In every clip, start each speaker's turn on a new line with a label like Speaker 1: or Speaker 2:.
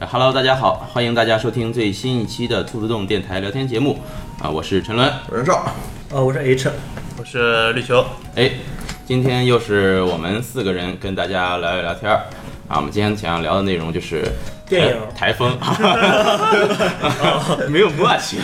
Speaker 1: 呃 Hello，大家好，欢迎大家收听最新一期的兔子洞电台聊天节目啊、我是陈伦。
Speaker 2: 我是赵，
Speaker 3: 呃，我是 H，
Speaker 4: 我是绿球，
Speaker 1: 哎，今天又是我们四个人跟大家聊一聊天儿啊。我们今天想要聊的内容就是
Speaker 3: 电影
Speaker 1: 呃台风， 哦没有默 契。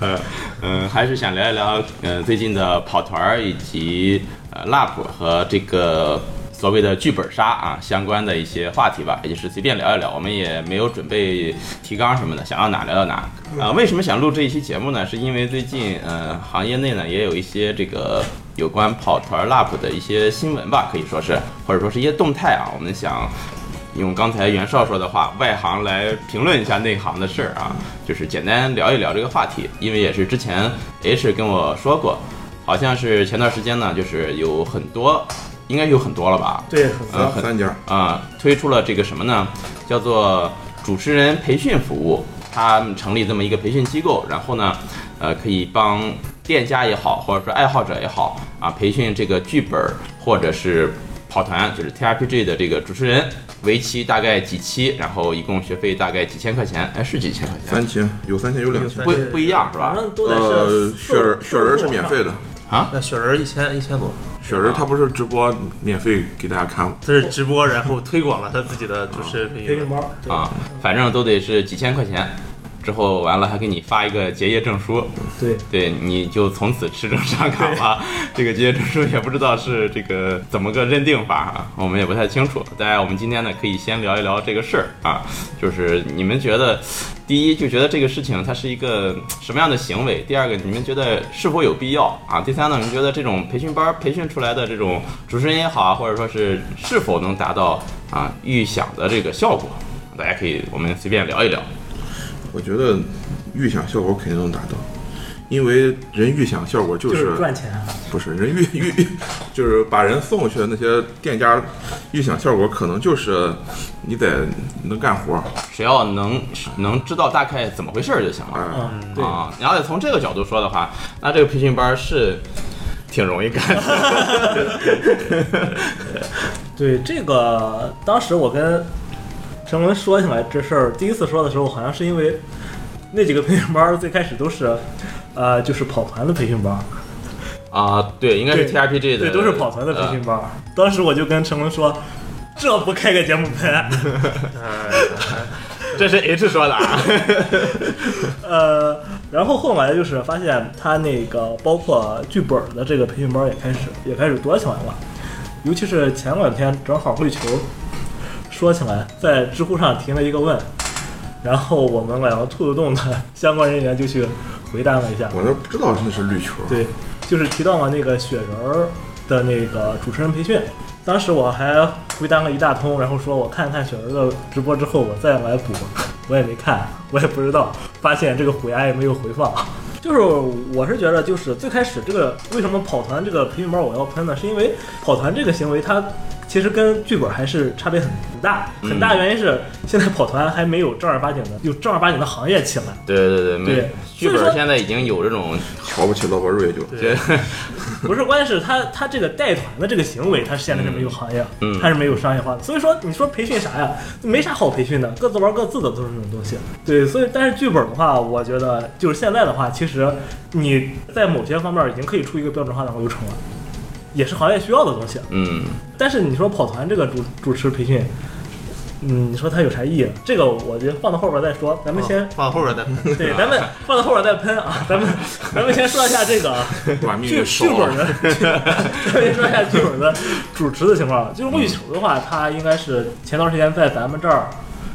Speaker 1: 呃嗯、还是想聊一聊呃最近的跑团儿以及呃 LAP 和这个。所谓的剧本杀啊，相关的一些话题吧，也就是随便聊一聊。我们也没有准备提纲什么的，想到哪聊到哪。啊、为什么想录这一期节目呢？是因为最近呃，行业内呢也有一些这个有关跑团 LAP 的一些新闻吧，可以说是，或者说是一些动态啊。我们想用刚才袁绍说的话，外行来评论一下内行的事儿啊，就是简单聊一聊这个话题，因为也是之前 H 跟我说过，好像是前段时间呢，就是有很多，应该有很多了吧，
Speaker 3: 对，很
Speaker 1: 呃
Speaker 2: 三
Speaker 1: 很
Speaker 2: 三家，
Speaker 1: 啊、推出了这个什么呢？叫做主持人培训服务。他们成立这么一个培训机构，然后呢，呃，可以帮店家也好，或者说爱好者也好啊，培训这个剧本儿或者是跑团，就是 TRPG 的这个主持人，为期大概几期，然后一共学费大概几千块钱，哎，是几千块钱？
Speaker 2: 三千有三千有两千，
Speaker 1: 不不一样是
Speaker 3: 反
Speaker 1: 吧？
Speaker 3: 正都在
Speaker 2: 呃，
Speaker 3: 是
Speaker 2: 雪人雪人是免费的，
Speaker 4: 那雪人一千一千多，
Speaker 2: 雪
Speaker 3: 啊
Speaker 2: 人他不是直播免费给大家看吗？
Speaker 4: 这是直播，然后推广了他自己的主持培
Speaker 3: 培
Speaker 4: 训
Speaker 3: 训。包，对
Speaker 1: 啊，反正都得是几千块钱，之后完了还给你发一个结业证书，
Speaker 3: 对，
Speaker 1: 对，你就从此持证上岗吧。 这个结业证书也不知道是这个怎么个认定法啊，我们也不太清楚。大家我们今天呢可以先聊一聊这个事儿啊，就是你们觉得，第一就觉得这个事情它是一个嗯什么样的行为？第二个你们觉得是否有必要啊？第三呢，你们觉得这种培训班儿培训出来的这种主持人也好啊，或者说是是否能达到啊预想的这个效果？大家可以我们随便聊一聊。
Speaker 2: 我觉得预想效果肯定能达到，因为人预想效果就
Speaker 3: 就是是赚钱，啊
Speaker 2: 不是人预预预就是把人送过去的那些店家预想效果可能就是你得能干活儿，
Speaker 1: 只要能能知道大概怎么回事儿就行了。
Speaker 2: 哎，
Speaker 3: 嗯，对，
Speaker 1: 啊，然后从这个角度说的话，那这个培训班是挺容易干的。
Speaker 3: 对这个，当时我跟陈文说起来这事儿，第一次说的时候，好像是因为那几个培训班儿最开始都是，呃，就是跑团的培训班儿，
Speaker 1: 啊，对，应该是 TRPG 的，呃
Speaker 3: 对，啊都是跑团的培训班儿。当时我就跟陈文说，这不开个节目拍，
Speaker 4: 哎
Speaker 1: 呃。这是 H 说的啊，
Speaker 3: 呃，然后后来就是发现他那个包括剧本的这个培训班也开始也开始多起来了，尤其是前两天正好会球说起来，在知乎上提了一个问，然后我们两个兔子洞的相关人员就去回答了一下，
Speaker 2: 我都不知道那是绿球，
Speaker 3: 对，就是提到了那个雪人儿的那个主持人培训。当时我还回答了一大通，然后说我看看雪人的直播之后我再来补，我也没看，我也不知道，发现这个虎牙也没有回放。就是我是觉得，就是最开始这个为什么跑团这个培训班我要喷呢？是因为跑团这个行为它其实跟剧本还是差别很大，很大原因是现在跑团还没有正儿八经的有正儿八经的行业起来。
Speaker 1: 对对对，没
Speaker 3: 对
Speaker 1: 剧
Speaker 3: 所以
Speaker 1: 本
Speaker 3: 说
Speaker 1: 现在已经有这种，
Speaker 2: 瞧不起萝卜瑞就
Speaker 1: 对，
Speaker 3: 不是，关键是他他这个带团的这个行为，他是现在是没有行业，
Speaker 1: 嗯
Speaker 3: 他是没有商业化的。所以说，你说培训啥呀？没啥好培训的，各自玩各自的都是那种东西。对，所以但是剧本的话，我觉得就是现在的话，其实你在某些方面已经可以出一个标准化的流程了，也是行业需要的东西。
Speaker 1: 嗯，
Speaker 3: 但是你说跑团这个主主持培训，嗯，你说它有啥意义？这个我觉得放到后边再说，
Speaker 4: 哦
Speaker 3: 咱们先。
Speaker 4: 放后边再喷。
Speaker 3: 对，咱们放到后边再喷啊！咱们咱们先说一下这个啊
Speaker 2: 把命
Speaker 3: 剧
Speaker 2: 给
Speaker 3: 剧
Speaker 2: 收
Speaker 3: 本
Speaker 2: 了。
Speaker 3: 的，特别说一下剧本的主持的情况。就是魏球的话，他应该是前段时间在咱们这儿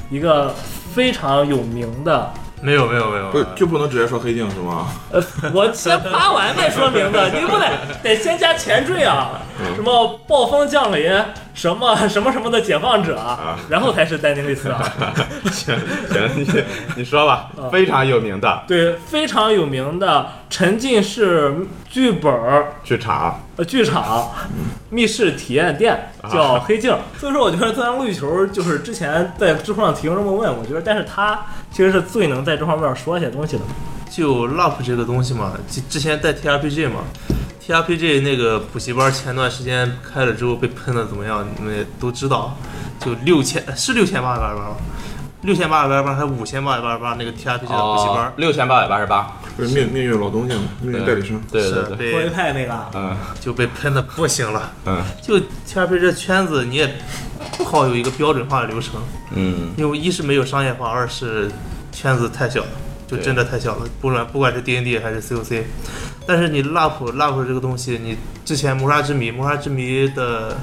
Speaker 3: 一个非常有名的，
Speaker 4: 没有没有没有，啊
Speaker 2: 不就不能直接说黑镜是吗？
Speaker 3: 呃，我先扒完再说名字，你不得得先加前缀啊，什么暴风降临，什么什么什么的解放者，然后才是丹尼利斯啊。
Speaker 1: 行行，你 你说吧，非常有名的
Speaker 3: 对，非常有名的沉浸式剧本儿
Speaker 1: 去查，
Speaker 3: 呃，剧场密室体验店叫黑镜，所以说我觉得自然陆羽球就是之前在知乎上提过这么问，我觉得，但是他其实是最能在这方面说一些东西的。
Speaker 4: 就 LAP 这个东西嘛，之之前带 TRPG 嘛，TRPG 那个补习班前段时间开了之后被喷的怎么样？你们也都知道，就六千是六千八百万吧，六千八百八十八还五千八百八十八那个 TRPG 的补习班
Speaker 1: 哦
Speaker 4: 儿，，
Speaker 1: 六千八百八十八，
Speaker 2: 就是命命运老东家嘛，命运代理商。
Speaker 1: 对对
Speaker 4: 是
Speaker 1: 对，
Speaker 3: 托一
Speaker 4: 被
Speaker 3: 派那个，啊
Speaker 1: 嗯
Speaker 4: 就被喷的不行了。
Speaker 1: 嗯
Speaker 4: 就 TRPG 这圈子你也不好有一个标准化的流程，
Speaker 1: 嗯，
Speaker 4: 因为一是没有商业化，二是圈子太小了，就
Speaker 1: 对
Speaker 4: 真的太小了。不管不管是 D N D 还是 C O C，但是你 LARP LARP 这个东西，你之前谋杀之谜谋杀之谜的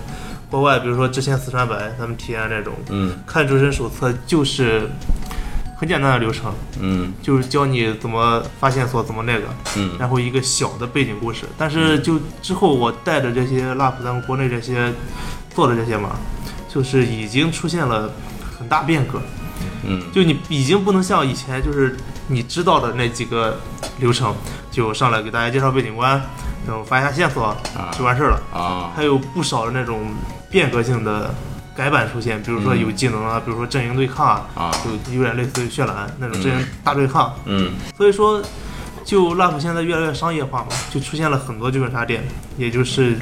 Speaker 4: 国外，比如说之前四川白咱们体验那种，
Speaker 1: 嗯
Speaker 4: 看周深手册就是很简单的流程，
Speaker 1: 嗯
Speaker 4: 就是教你怎么发线索，怎么那个，
Speaker 1: 嗯
Speaker 4: 然后一个小的背景故事。但是就之后我带的这些 LARP，咱们国内这些做的这些嘛，就是已经出现了很大变革，
Speaker 1: 嗯，
Speaker 4: 就你已经不能像以前就是你知道的那几个流程，就上来给大家介绍背景观，然后发一下线索
Speaker 1: 啊
Speaker 4: 就完事儿了。
Speaker 1: 啊
Speaker 4: 还有不少的那种变革性的改版出现，比如说
Speaker 1: 嗯
Speaker 4: 有技能啊，比如说阵营对抗啊，
Speaker 1: 啊
Speaker 4: 就有点类似于血蓝那种
Speaker 1: 嗯
Speaker 4: 阵营大对抗。
Speaker 1: 嗯
Speaker 4: 所以说，就 LARP 现在越来越商业化嘛，就出现了很多剧本杀店，也就是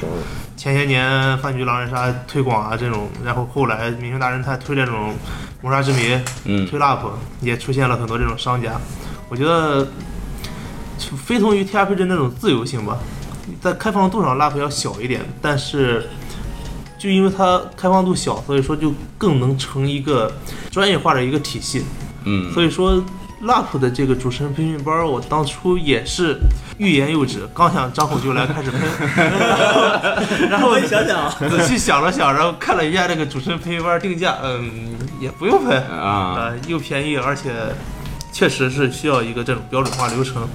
Speaker 4: 前些年饭局狼人杀推广啊这种，然后后来明星大侦探推这种谋杀之谜，
Speaker 1: 嗯
Speaker 4: 推 LARP 也出现了很多这种商家。我觉得就非同于 TRPG 那种自由性吧，在开放度上 LARP 要小一点，但是就因为它开放度小，所以说就更能成一个专业化的一个体系。
Speaker 1: 嗯，
Speaker 4: 所以说 LARP 的这个主持人培训班儿，我当初也是欲言又止，刚想张口就来开 始喷， 然后
Speaker 3: 啊我一想想啊，
Speaker 4: 仔细想了想，然后看了一下这个主持人培训班儿定价，嗯，也不用喷，
Speaker 1: 啊
Speaker 4: 呃，又便宜，而且确实是需要一个这种标准化流程。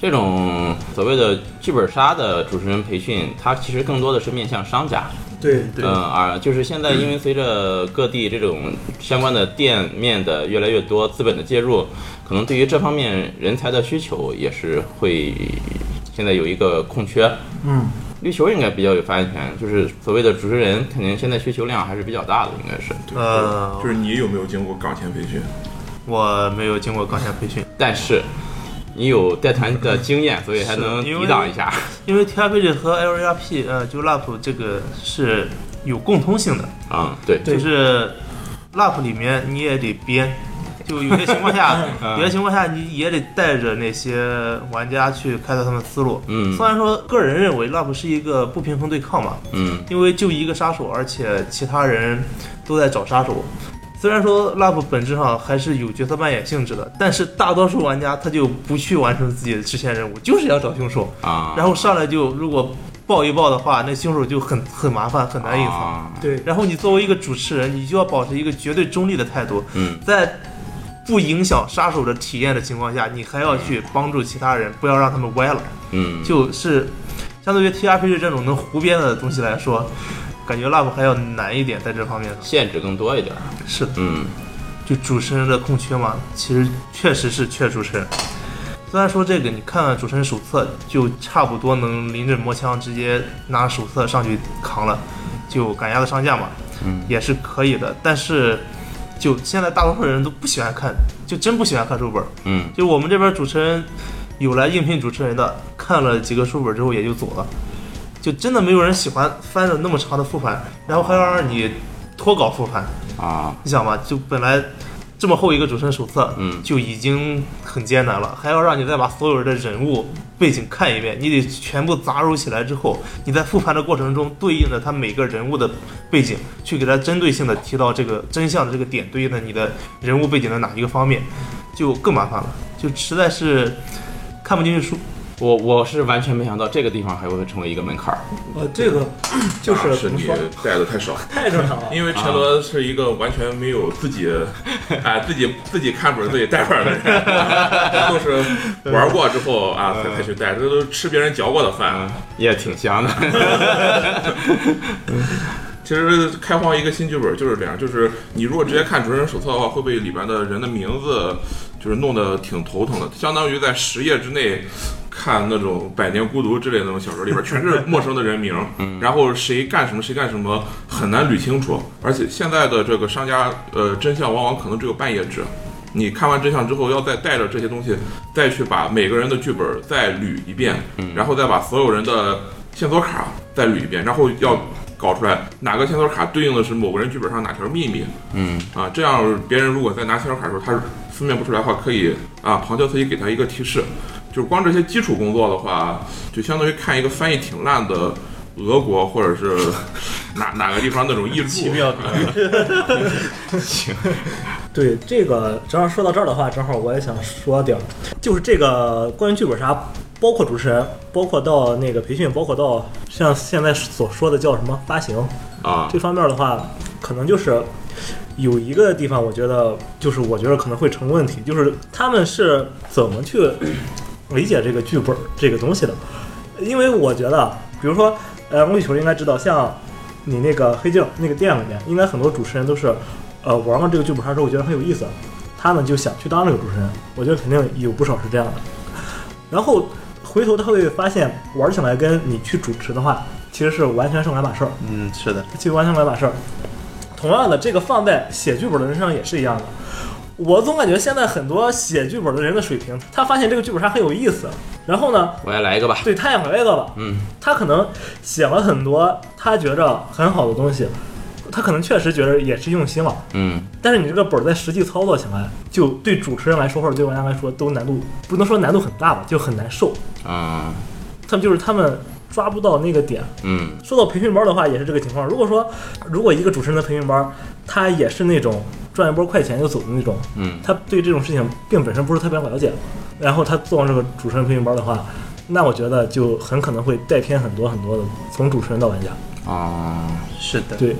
Speaker 1: 这种所谓的剧本杀的主持人培训，它其实更多的是面向商家，
Speaker 3: 对，
Speaker 4: 对嗯
Speaker 1: 嗯啊，就是现在因为随着各地这种相关的店面的越来越多，资本的介入，可能对于这方面人才的需求也是会现在有一个空缺。
Speaker 3: 嗯，
Speaker 1: 绿球应该比较有发言权，就是所谓的主持人，肯定现在需求量还是比较大的，应该是。
Speaker 2: 对
Speaker 4: 呃
Speaker 2: 就是你有没有经过岗前培训？
Speaker 4: 我没有经过岗前培训，
Speaker 1: 但是你有带团的经验，所以才能
Speaker 4: 是因为
Speaker 1: 抵挡一下。
Speaker 4: 因为 TRPG 和 LARP，呃，就 LARP 这个是有共通性的。
Speaker 1: 啊、对，
Speaker 3: 对
Speaker 4: 就是 LAP 里面你也得编，就有些情况下
Speaker 1: 嗯，
Speaker 4: 有些情况下你也得带着那些玩家去开拓他们思路。
Speaker 1: 嗯
Speaker 4: 虽然说个人认为 LAP 是一个不平衡对抗嘛，
Speaker 1: 嗯
Speaker 4: 因为就一个杀手，而且其他人都在找杀手。虽然说 LAP 本质上还是有角色扮演性质的，但是大多数玩家他就不去完成自己的支线任务，就是要找凶手，
Speaker 1: 啊，
Speaker 4: 然后上来就如果爆一爆的话，那凶手就很很麻烦，很难隐藏。
Speaker 1: 啊，
Speaker 3: 对，
Speaker 4: 然后你作为一个主持人，你就要保持一个绝对中立的态度，
Speaker 1: 嗯
Speaker 4: 在不影响杀手的体验的情况下，你还要去帮助其他人，不要让他们歪了。
Speaker 1: 嗯，
Speaker 4: 就是相对于 TRPG 这种能胡编的东西来说，感觉 LARP 还要难一点，在这方面上
Speaker 1: 限制更多一点。
Speaker 4: 是的，
Speaker 1: 嗯
Speaker 4: 就主持人的空缺嘛，其实确实是缺主持人。虽然说这个，你看看主持人手册，就差不多能临阵磨枪，直接拿手册上去扛了，就赶鸭子上架嘛。
Speaker 1: 嗯
Speaker 4: 也是可以的，但是就现在大多数人都不喜欢看，就真不喜欢看书本儿。
Speaker 1: 嗯
Speaker 4: 就我们这边主持人有来应聘主持人的，看了几个书本之后也就走了，就真的没有人喜欢翻着那么长的复盘，然后还要让你脱稿复盘。
Speaker 1: 啊，
Speaker 4: 你想吧，就本来这么厚一个主持人手册，
Speaker 1: 嗯
Speaker 4: 就已经很艰难了，还要让你再把所有人的人物背景看一遍，你得全部杂糅起来之后，你在复盘的过程中对应着他每个人物的背景，去给他针对性的提到这个真相的这个点对应的你的人物背景的哪一个方面，就更麻烦了，就实在是看不进去书。
Speaker 1: 我我是完全没想到这个地方还会成为一个门槛儿。
Speaker 3: 呃，这个就是
Speaker 2: 啊是
Speaker 3: 怎么
Speaker 2: 你
Speaker 3: 说，
Speaker 2: 带的太少，
Speaker 3: 太正常了。
Speaker 2: 因为陈罗是一个完全没有自 己，哎，自己自己看本儿自己带本儿的 人，都是玩过之后啊才才去带，这都是吃别人嚼过的饭啊
Speaker 1: 嗯。，也挺香的。
Speaker 2: 其实开荒一个新剧本就是这样，就是你如果直接看主持人手册的话，会被里边的人的名字就是弄得挺头疼的，相当于在十页之内看那种《百年孤独》之类的那种小说，里边全是陌生的人名，然后谁干什么谁干什么很难捋清楚，而且现在的这个商家呃真相往往可能只有半页纸。你看完真相之后，要再带着这些东西，再去把每个人的剧本
Speaker 4: 嗯
Speaker 2: 再捋一遍，然后再把所有人的线索卡再捋一遍，然后要搞出来哪个线索卡对应的是某个人剧本上哪条秘密
Speaker 1: 嗯
Speaker 2: 啊，这样别人如果在拿线索卡的时候他分辨不出来的话，可以啊旁敲侧击给他一个提示。就是光这些基础工作的话，就相当于看一个翻译挺烂的俄国或者是 哪哪个地方那种译著
Speaker 4: 奇，妙的，
Speaker 3: 对这个，正好说到这儿的话，正好我也想说点儿，就是这个关于剧本杀，包括主持人，包括到那个培训，包括到像现在所说的叫什么发行
Speaker 2: 啊
Speaker 3: 这方面的话，可能就是有一个地方，我觉得就是我觉得可能会成问题，就是他们是怎么去理解这个剧本这个东西的？因为我觉得，比如说，呃，陆地球应该知道，像你那个黑镜那个店里面，应该很多主持人都是，呃，玩完这个剧本杀之后，我觉得很有意思，他呢就想去当这个主持人，我觉得肯定有不少是这样的。然后回头他会发现，玩起来跟你去主持的话，其实是完全是两码事儿。
Speaker 4: 嗯，是的，
Speaker 3: 其实完全两码事儿。同样的，这个放在写剧本的人身上也是一样的。我总感觉现在很多写剧本的人的水平，他发现这个剧本杀很有意思，然后呢，
Speaker 1: 我也来一个吧。
Speaker 3: 对他也回来一个吧，
Speaker 1: 嗯，
Speaker 3: 他可能写了很多他觉着很好的东西，他可能确实觉得也是用心了，
Speaker 1: 嗯，
Speaker 3: 但是你这个本儿在实际操作起来，就对主持人来说或者对玩家来说都难度不能说难度很大吧，就很难受。
Speaker 1: 啊，
Speaker 3: 他们就是他们抓不到那个点，
Speaker 1: 嗯，
Speaker 3: 说到培训班的话，也是这个情况。如果说，如果一个主持人的培训班，他也是那种赚一波快钱就走的那种，
Speaker 1: 嗯，
Speaker 3: 他对这种事情并本身不是特别了解，然后他做上这个主持人培训班的话，那我觉得就很可能会带偏很多很多的，从主持人到玩家。
Speaker 1: 啊，
Speaker 4: 是的，
Speaker 3: 对，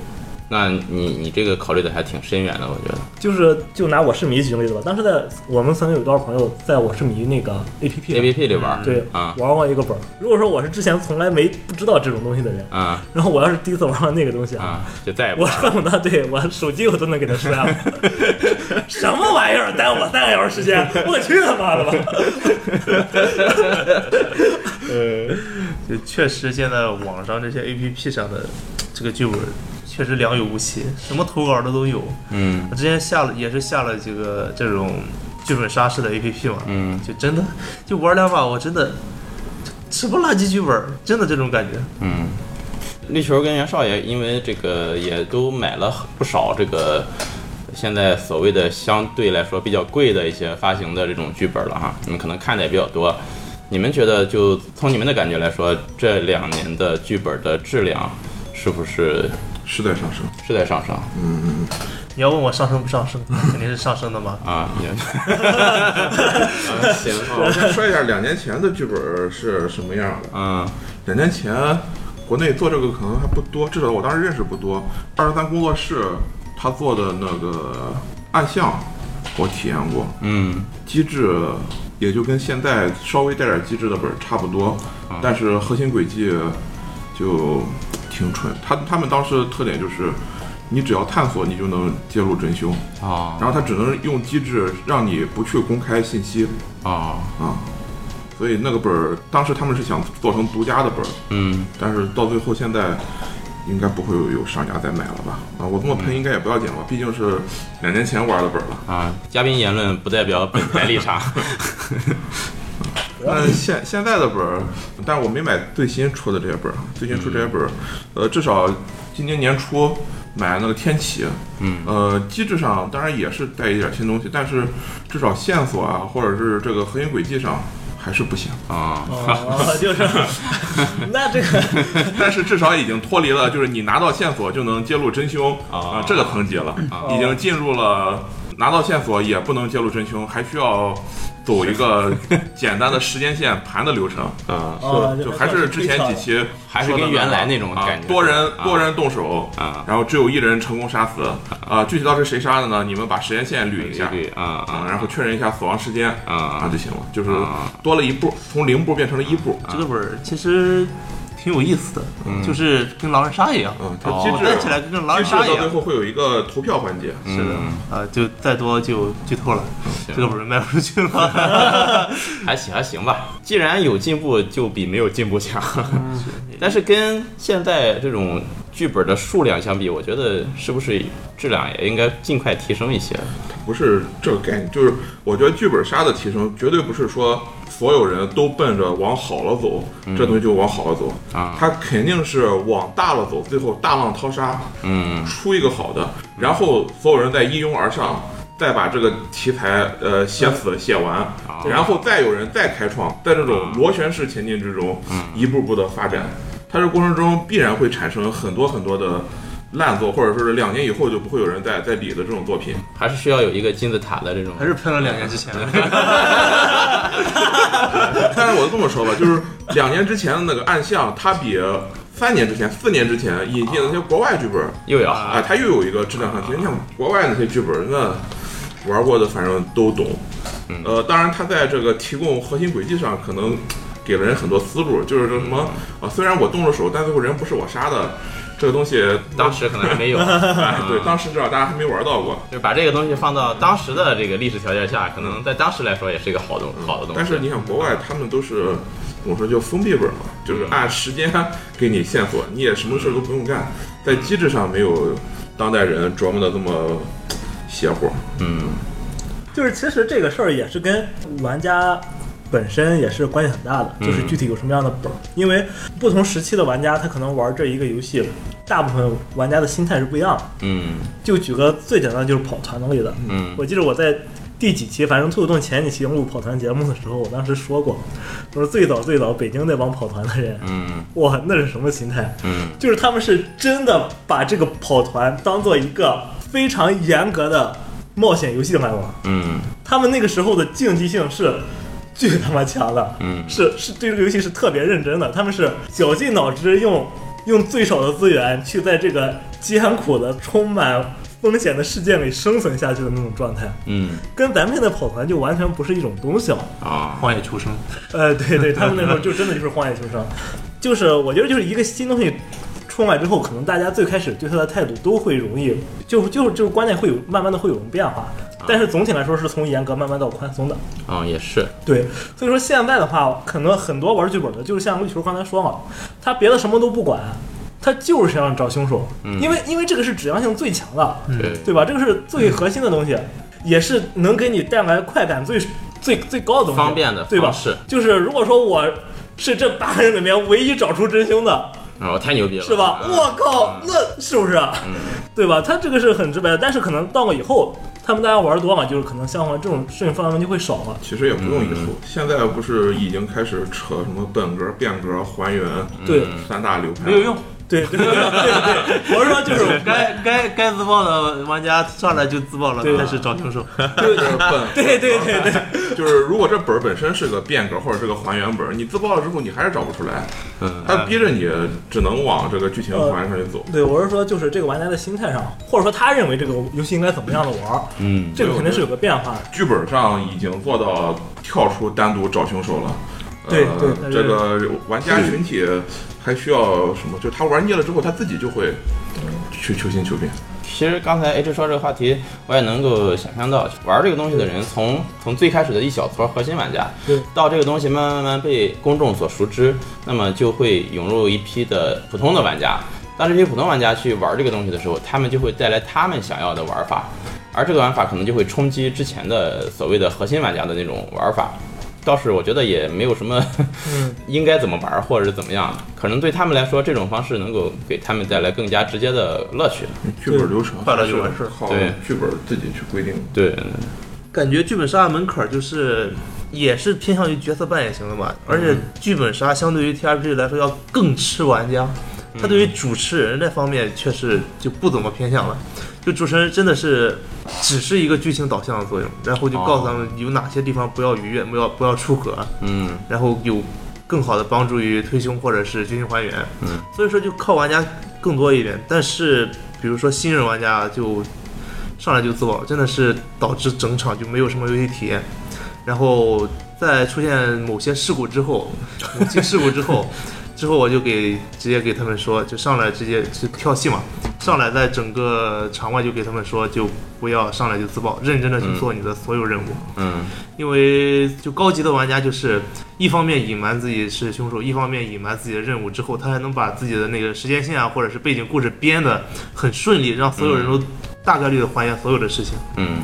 Speaker 1: 那你你这个考虑的还挺深远的，我觉得。
Speaker 3: 就是就拿我是迷举个例子吧，当时在我们曾经有一段朋友在我是迷那个 A P
Speaker 1: A
Speaker 3: P
Speaker 1: P P 里玩，
Speaker 3: 对、
Speaker 1: 啊
Speaker 3: 玩过一个本儿。如果说我是之前从来没不知道这种东西的人，
Speaker 1: 啊
Speaker 3: 然后我要是第一次玩到那个东西
Speaker 1: 啊，就再也不
Speaker 3: 我
Speaker 1: 玩了。
Speaker 3: 恨不得对我手机我都能给他摔了， 什么玩意儿耽误我三个小时时间，我去他妈的吧！
Speaker 4: 就确实现在网上这些 A P P 上的这个剧本确实良莠不齐，什么投稿的都有。
Speaker 1: 嗯
Speaker 4: 我之前下了也是下了这个这种剧本杀式的 A P P 嘛，
Speaker 1: 嗯
Speaker 4: 就真的就玩两把，我真的什么垃圾剧本，真的这种感觉。
Speaker 1: 嗯。绿球跟袁绍也因为这个也都买了很不少这个现在所谓的相对来说比较贵的一些发行的这种剧本了哈，你们可能看的也比较多。你们觉得就从你们的感觉来说，这两年的剧本的质量是不是
Speaker 2: 是在上升。
Speaker 1: 是在上升
Speaker 4: 你要问我上升不上升，肯定是上升的 嘛。
Speaker 1: 啊？也。
Speaker 2: 行，呃我先说一下两年前的剧本是什么样的
Speaker 1: 嗯
Speaker 2: 两年前，国内做这个可能还不多，至少我当时认识不多。二十三工作室他做的那个暗象，我体验过，
Speaker 1: 嗯
Speaker 2: 机制也就跟现在稍微带点机制的本儿差不多，但是核心轨迹就挺蠢。他他们当时的特点就是，你只要探索，你就能揭露真凶，
Speaker 1: 哦
Speaker 2: 然后他只能用机制让你不去公开信息。
Speaker 1: 哦
Speaker 2: 啊，所以那个本儿当时他们是想做成独家的本儿，
Speaker 1: 嗯
Speaker 2: 但是到最后现在应该不会有有商家再买了吧？啊，我这么喷应该也不要紧了，毕竟是两年前玩的本儿了。
Speaker 1: 啊，嘉宾言论不代表本台立场。
Speaker 2: 但现现在的本儿，但我没买最新出的这些本儿，啊最新出这些本儿，呃，至少今年年初买那个天启，
Speaker 1: 嗯，
Speaker 2: 呃，机制上当然也是带一点新东西，但是至少线索啊，或者是这个核心轨迹上还是不行。
Speaker 1: 啊、
Speaker 3: 哦， 就是，那这个
Speaker 2: 但是至少已经脱离了，就是你拿到线索就能揭露真凶
Speaker 1: 啊哦
Speaker 2: 啊、这个层级了，已经进入了拿到线索也不能揭露真凶，还需要走一个 简单的时间线盘的流程，
Speaker 1: 啊
Speaker 3: 哦，
Speaker 2: 就还是之前几期
Speaker 1: 还是
Speaker 2: 说的
Speaker 1: 跟原来那种感觉
Speaker 2: 啊多人
Speaker 1: 啊
Speaker 2: 多人动手
Speaker 1: 啊
Speaker 2: 然后只有一人成功杀死啊，具体到底是谁杀的呢？你们把时间线捋一
Speaker 1: 这
Speaker 2: 下。
Speaker 1: 个啊
Speaker 2: 啊，
Speaker 1: 啊
Speaker 2: 然后确认一下死亡时间
Speaker 1: 啊
Speaker 2: 啊就行了，就是
Speaker 1: 啊
Speaker 2: 多了一步，从零步变成了一步。
Speaker 4: 这个本儿其实挺有意思的，就是跟狼人杀一样，
Speaker 2: 嗯，它
Speaker 1: 哦
Speaker 2: 机制
Speaker 4: 看起来就跟
Speaker 2: 机
Speaker 4: 狼人
Speaker 2: 制
Speaker 4: 杀
Speaker 2: 到
Speaker 4: 一样
Speaker 2: 最。后会有一个投票环节，
Speaker 1: 嗯
Speaker 4: 是的，啊，就再多就剧透了，
Speaker 1: 行
Speaker 4: 这个本儿卖不出去了。
Speaker 1: 还行还行吧。既然有进步，就比没有进步强。
Speaker 3: 嗯
Speaker 1: 但是跟现在这种剧本的数量相比，我觉得是不是质量也应该尽快提升一些？
Speaker 2: 不是这个概念，就是我觉得剧本杀的提升绝对不是说所有人都奔着往好了走，这东西就往好了走。
Speaker 1: 嗯啊
Speaker 2: 它肯定是往大了走，最后大浪淘沙，
Speaker 1: 嗯
Speaker 2: 出一个好的，然后所有人再一拥而上，再把这个题材呃写
Speaker 1: 嗯
Speaker 2: 死写完，
Speaker 1: 啊
Speaker 2: 然后再有人再开创，在这种螺旋式前进之中，
Speaker 1: 嗯
Speaker 2: 一步步的发展，它这过程中必然会产生很多很多的烂作，或者说是两年以后就不会有人再再理的这种作品。
Speaker 1: 还是需要有一个金字塔的这种，
Speaker 4: 还是喷了两年之前的。
Speaker 2: 但是我这么说吧，就是两年之前的那个暗象，它比三年之前、四年之前引进的那些国外剧本
Speaker 1: 又要
Speaker 2: 啊，它又有一个质量上提升。你像国外那些剧本，那玩过的反正都懂。呃，当然它在这个提供核心轨迹上，可能给了人很多思路，就是说什么啊，虽然我动了手，但最后人不是我杀的，这个东西
Speaker 1: 当时可能还没 有，
Speaker 2: 哎，对，当时至少大家还没玩到过。
Speaker 1: 就把这个东西放到当时的这个历史条件下，可能在当时来说也是一个好东好的东西。
Speaker 2: 但是你想，国外他们都是我说就封闭本嘛，就是按时间给你线索，你也什么事儿都不用干，在机制上没有当代人琢磨的这么邪乎。
Speaker 1: 嗯，
Speaker 3: 就是其实这个事儿也是跟玩家本身也是关系很大的，就是具体有什么样的本儿，因为不同时期的玩家他可能玩这一个游戏，大部分玩家的心态是不一样的。
Speaker 1: 嗯
Speaker 3: 就举个最简单的，就是跑团的例子。
Speaker 1: 嗯
Speaker 3: 我记得我在第几期《反正兔子洞》前几期录跑团节目的时候，我当时说过，我说最早最早北京那帮跑团的人，
Speaker 1: 嗯
Speaker 3: 哇，那是什么心态？
Speaker 1: 嗯
Speaker 3: 就是他们是真的把这个跑团当做一个非常严格的冒险游戏来玩。
Speaker 1: 嗯
Speaker 3: 他们那个时候的竞技性是巨他妈强的，
Speaker 1: 嗯
Speaker 3: 是是对这个游戏是特别认真的，他们是绞尽脑汁用用最少的资源去在这个艰苦的、充满风险的世界里生存下去的那种状态，
Speaker 1: 嗯
Speaker 3: 跟咱们现在跑团就完全不是一种东西了。
Speaker 1: 啊，
Speaker 4: 荒野求生，
Speaker 3: 呃，对对，他们那时候就真的就是荒野求生，就是我觉得就是一个新东西出来之后，可能大家最开始对它的态度都会容易，就就就是观念会有慢慢的会有变化，但是总体来说是从严格慢慢到宽松的。
Speaker 1: 哦也是，
Speaker 3: 对，所以说现在的话，可能很多玩剧本的，就是像绿球刚才说嘛，他别的什么都不管，他就是想找凶手，
Speaker 1: 嗯
Speaker 3: 因为因为这个是指向性最强的，
Speaker 1: 对，
Speaker 3: 对吧？这个是
Speaker 1: 嗯
Speaker 3: 最核心的东西，也是能给你带来快感最最最高的东西，
Speaker 1: 方便的
Speaker 3: 对吧？
Speaker 1: 方式
Speaker 3: 就是如果说我是这八个人里面唯一找出真凶的，
Speaker 1: 哦太牛逼了，
Speaker 3: 是吧？
Speaker 1: 啊
Speaker 3: 我靠，那是不是？
Speaker 1: 嗯
Speaker 3: 对吧？他这个是很直白的，但是可能到了以后，他们大家玩多了，就是可能相关这种事情范围就会少了。
Speaker 2: 其实也不用以后，现在不是已经开始扯什么本格、变格、还原
Speaker 1: 嗯
Speaker 3: 对、
Speaker 2: 三大流派？
Speaker 4: 没有用。
Speaker 3: 对 对对对对，我是 说 就是
Speaker 4: 该该该自爆的玩家上来就自爆了，
Speaker 3: 对
Speaker 4: 开始找凶 手。
Speaker 2: 就是本
Speaker 3: 对对对对，
Speaker 2: 就是如果这本儿本身是个变革或者是个还原本儿，你自爆了之后你还是找不出来，
Speaker 1: 嗯
Speaker 2: 它逼着你只能往这个剧情还原上去走。
Speaker 3: 对我是说就是这个玩家的心态上，或者说他认为这个游戏应该怎么样的玩儿，
Speaker 1: 嗯
Speaker 3: 这个肯定是有个变化的。
Speaker 2: 剧本上已经做到跳出单独找凶手了。
Speaker 3: 对
Speaker 2: 呃
Speaker 3: 对但是
Speaker 2: 这个玩家群体还需要什么？就他玩腻了之后，他自己就会去求新求变。
Speaker 1: 其实刚才 H 说这个话题，我也能够想象到，玩这个东西的人从，从最开始的一小撮核心玩家
Speaker 3: 对，
Speaker 1: 到这个东西慢慢慢慢被公众所熟知，那么就会涌入一批的普通的玩家。当这批普通玩家去玩这个东西的时候，他们就会带来他们想要的玩法，而这个玩法可能就会冲击之前的所谓的核心玩家的那种玩法。倒是我觉得也没有什么
Speaker 3: 嗯，
Speaker 1: 应该怎么玩或者是怎么样，可能对他们来说，这种方式能够给他们带来更加直接的乐趣。
Speaker 2: 剧本流程
Speaker 4: 快乐
Speaker 2: 是
Speaker 4: 就完事儿
Speaker 2: 靠
Speaker 1: 对
Speaker 2: 剧本自己去规定的。
Speaker 1: 对，
Speaker 4: 感觉剧本杀的门槛就是也是偏向于角色扮演型的嘛，而且剧本杀相对于 T R P 来说要更吃玩家，他对于主持人这方面确实就不怎么偏向了，就主持人真的是只是一个剧情导向的作用，然后就告诉他们有哪些地方不要逾越，不要不要出格，啊
Speaker 1: 嗯。
Speaker 4: 然后有更好的帮助于推凶或者是剧情还原。
Speaker 1: 嗯，
Speaker 4: 所以说就靠玩家更多一点，但是比如说新人玩家就上来就自爆，真的是导致整场就没有什么游戏体验，然后在出现某些事故之后，某些事故之后。之后我就给直接给他们说，就上来直接就跳戏嘛，上来在整个场外就给他们说，就不要上来就自爆，认真的去做你的所有任务。
Speaker 1: 嗯
Speaker 4: 因为就高级的玩家，就是一方面隐瞒自己是凶手，一方面隐瞒自己的任务之后，他还能把自己的那个时间线啊，或者是背景故事编得很顺利，让所有人都大概率的还原所有的事情。
Speaker 1: 嗯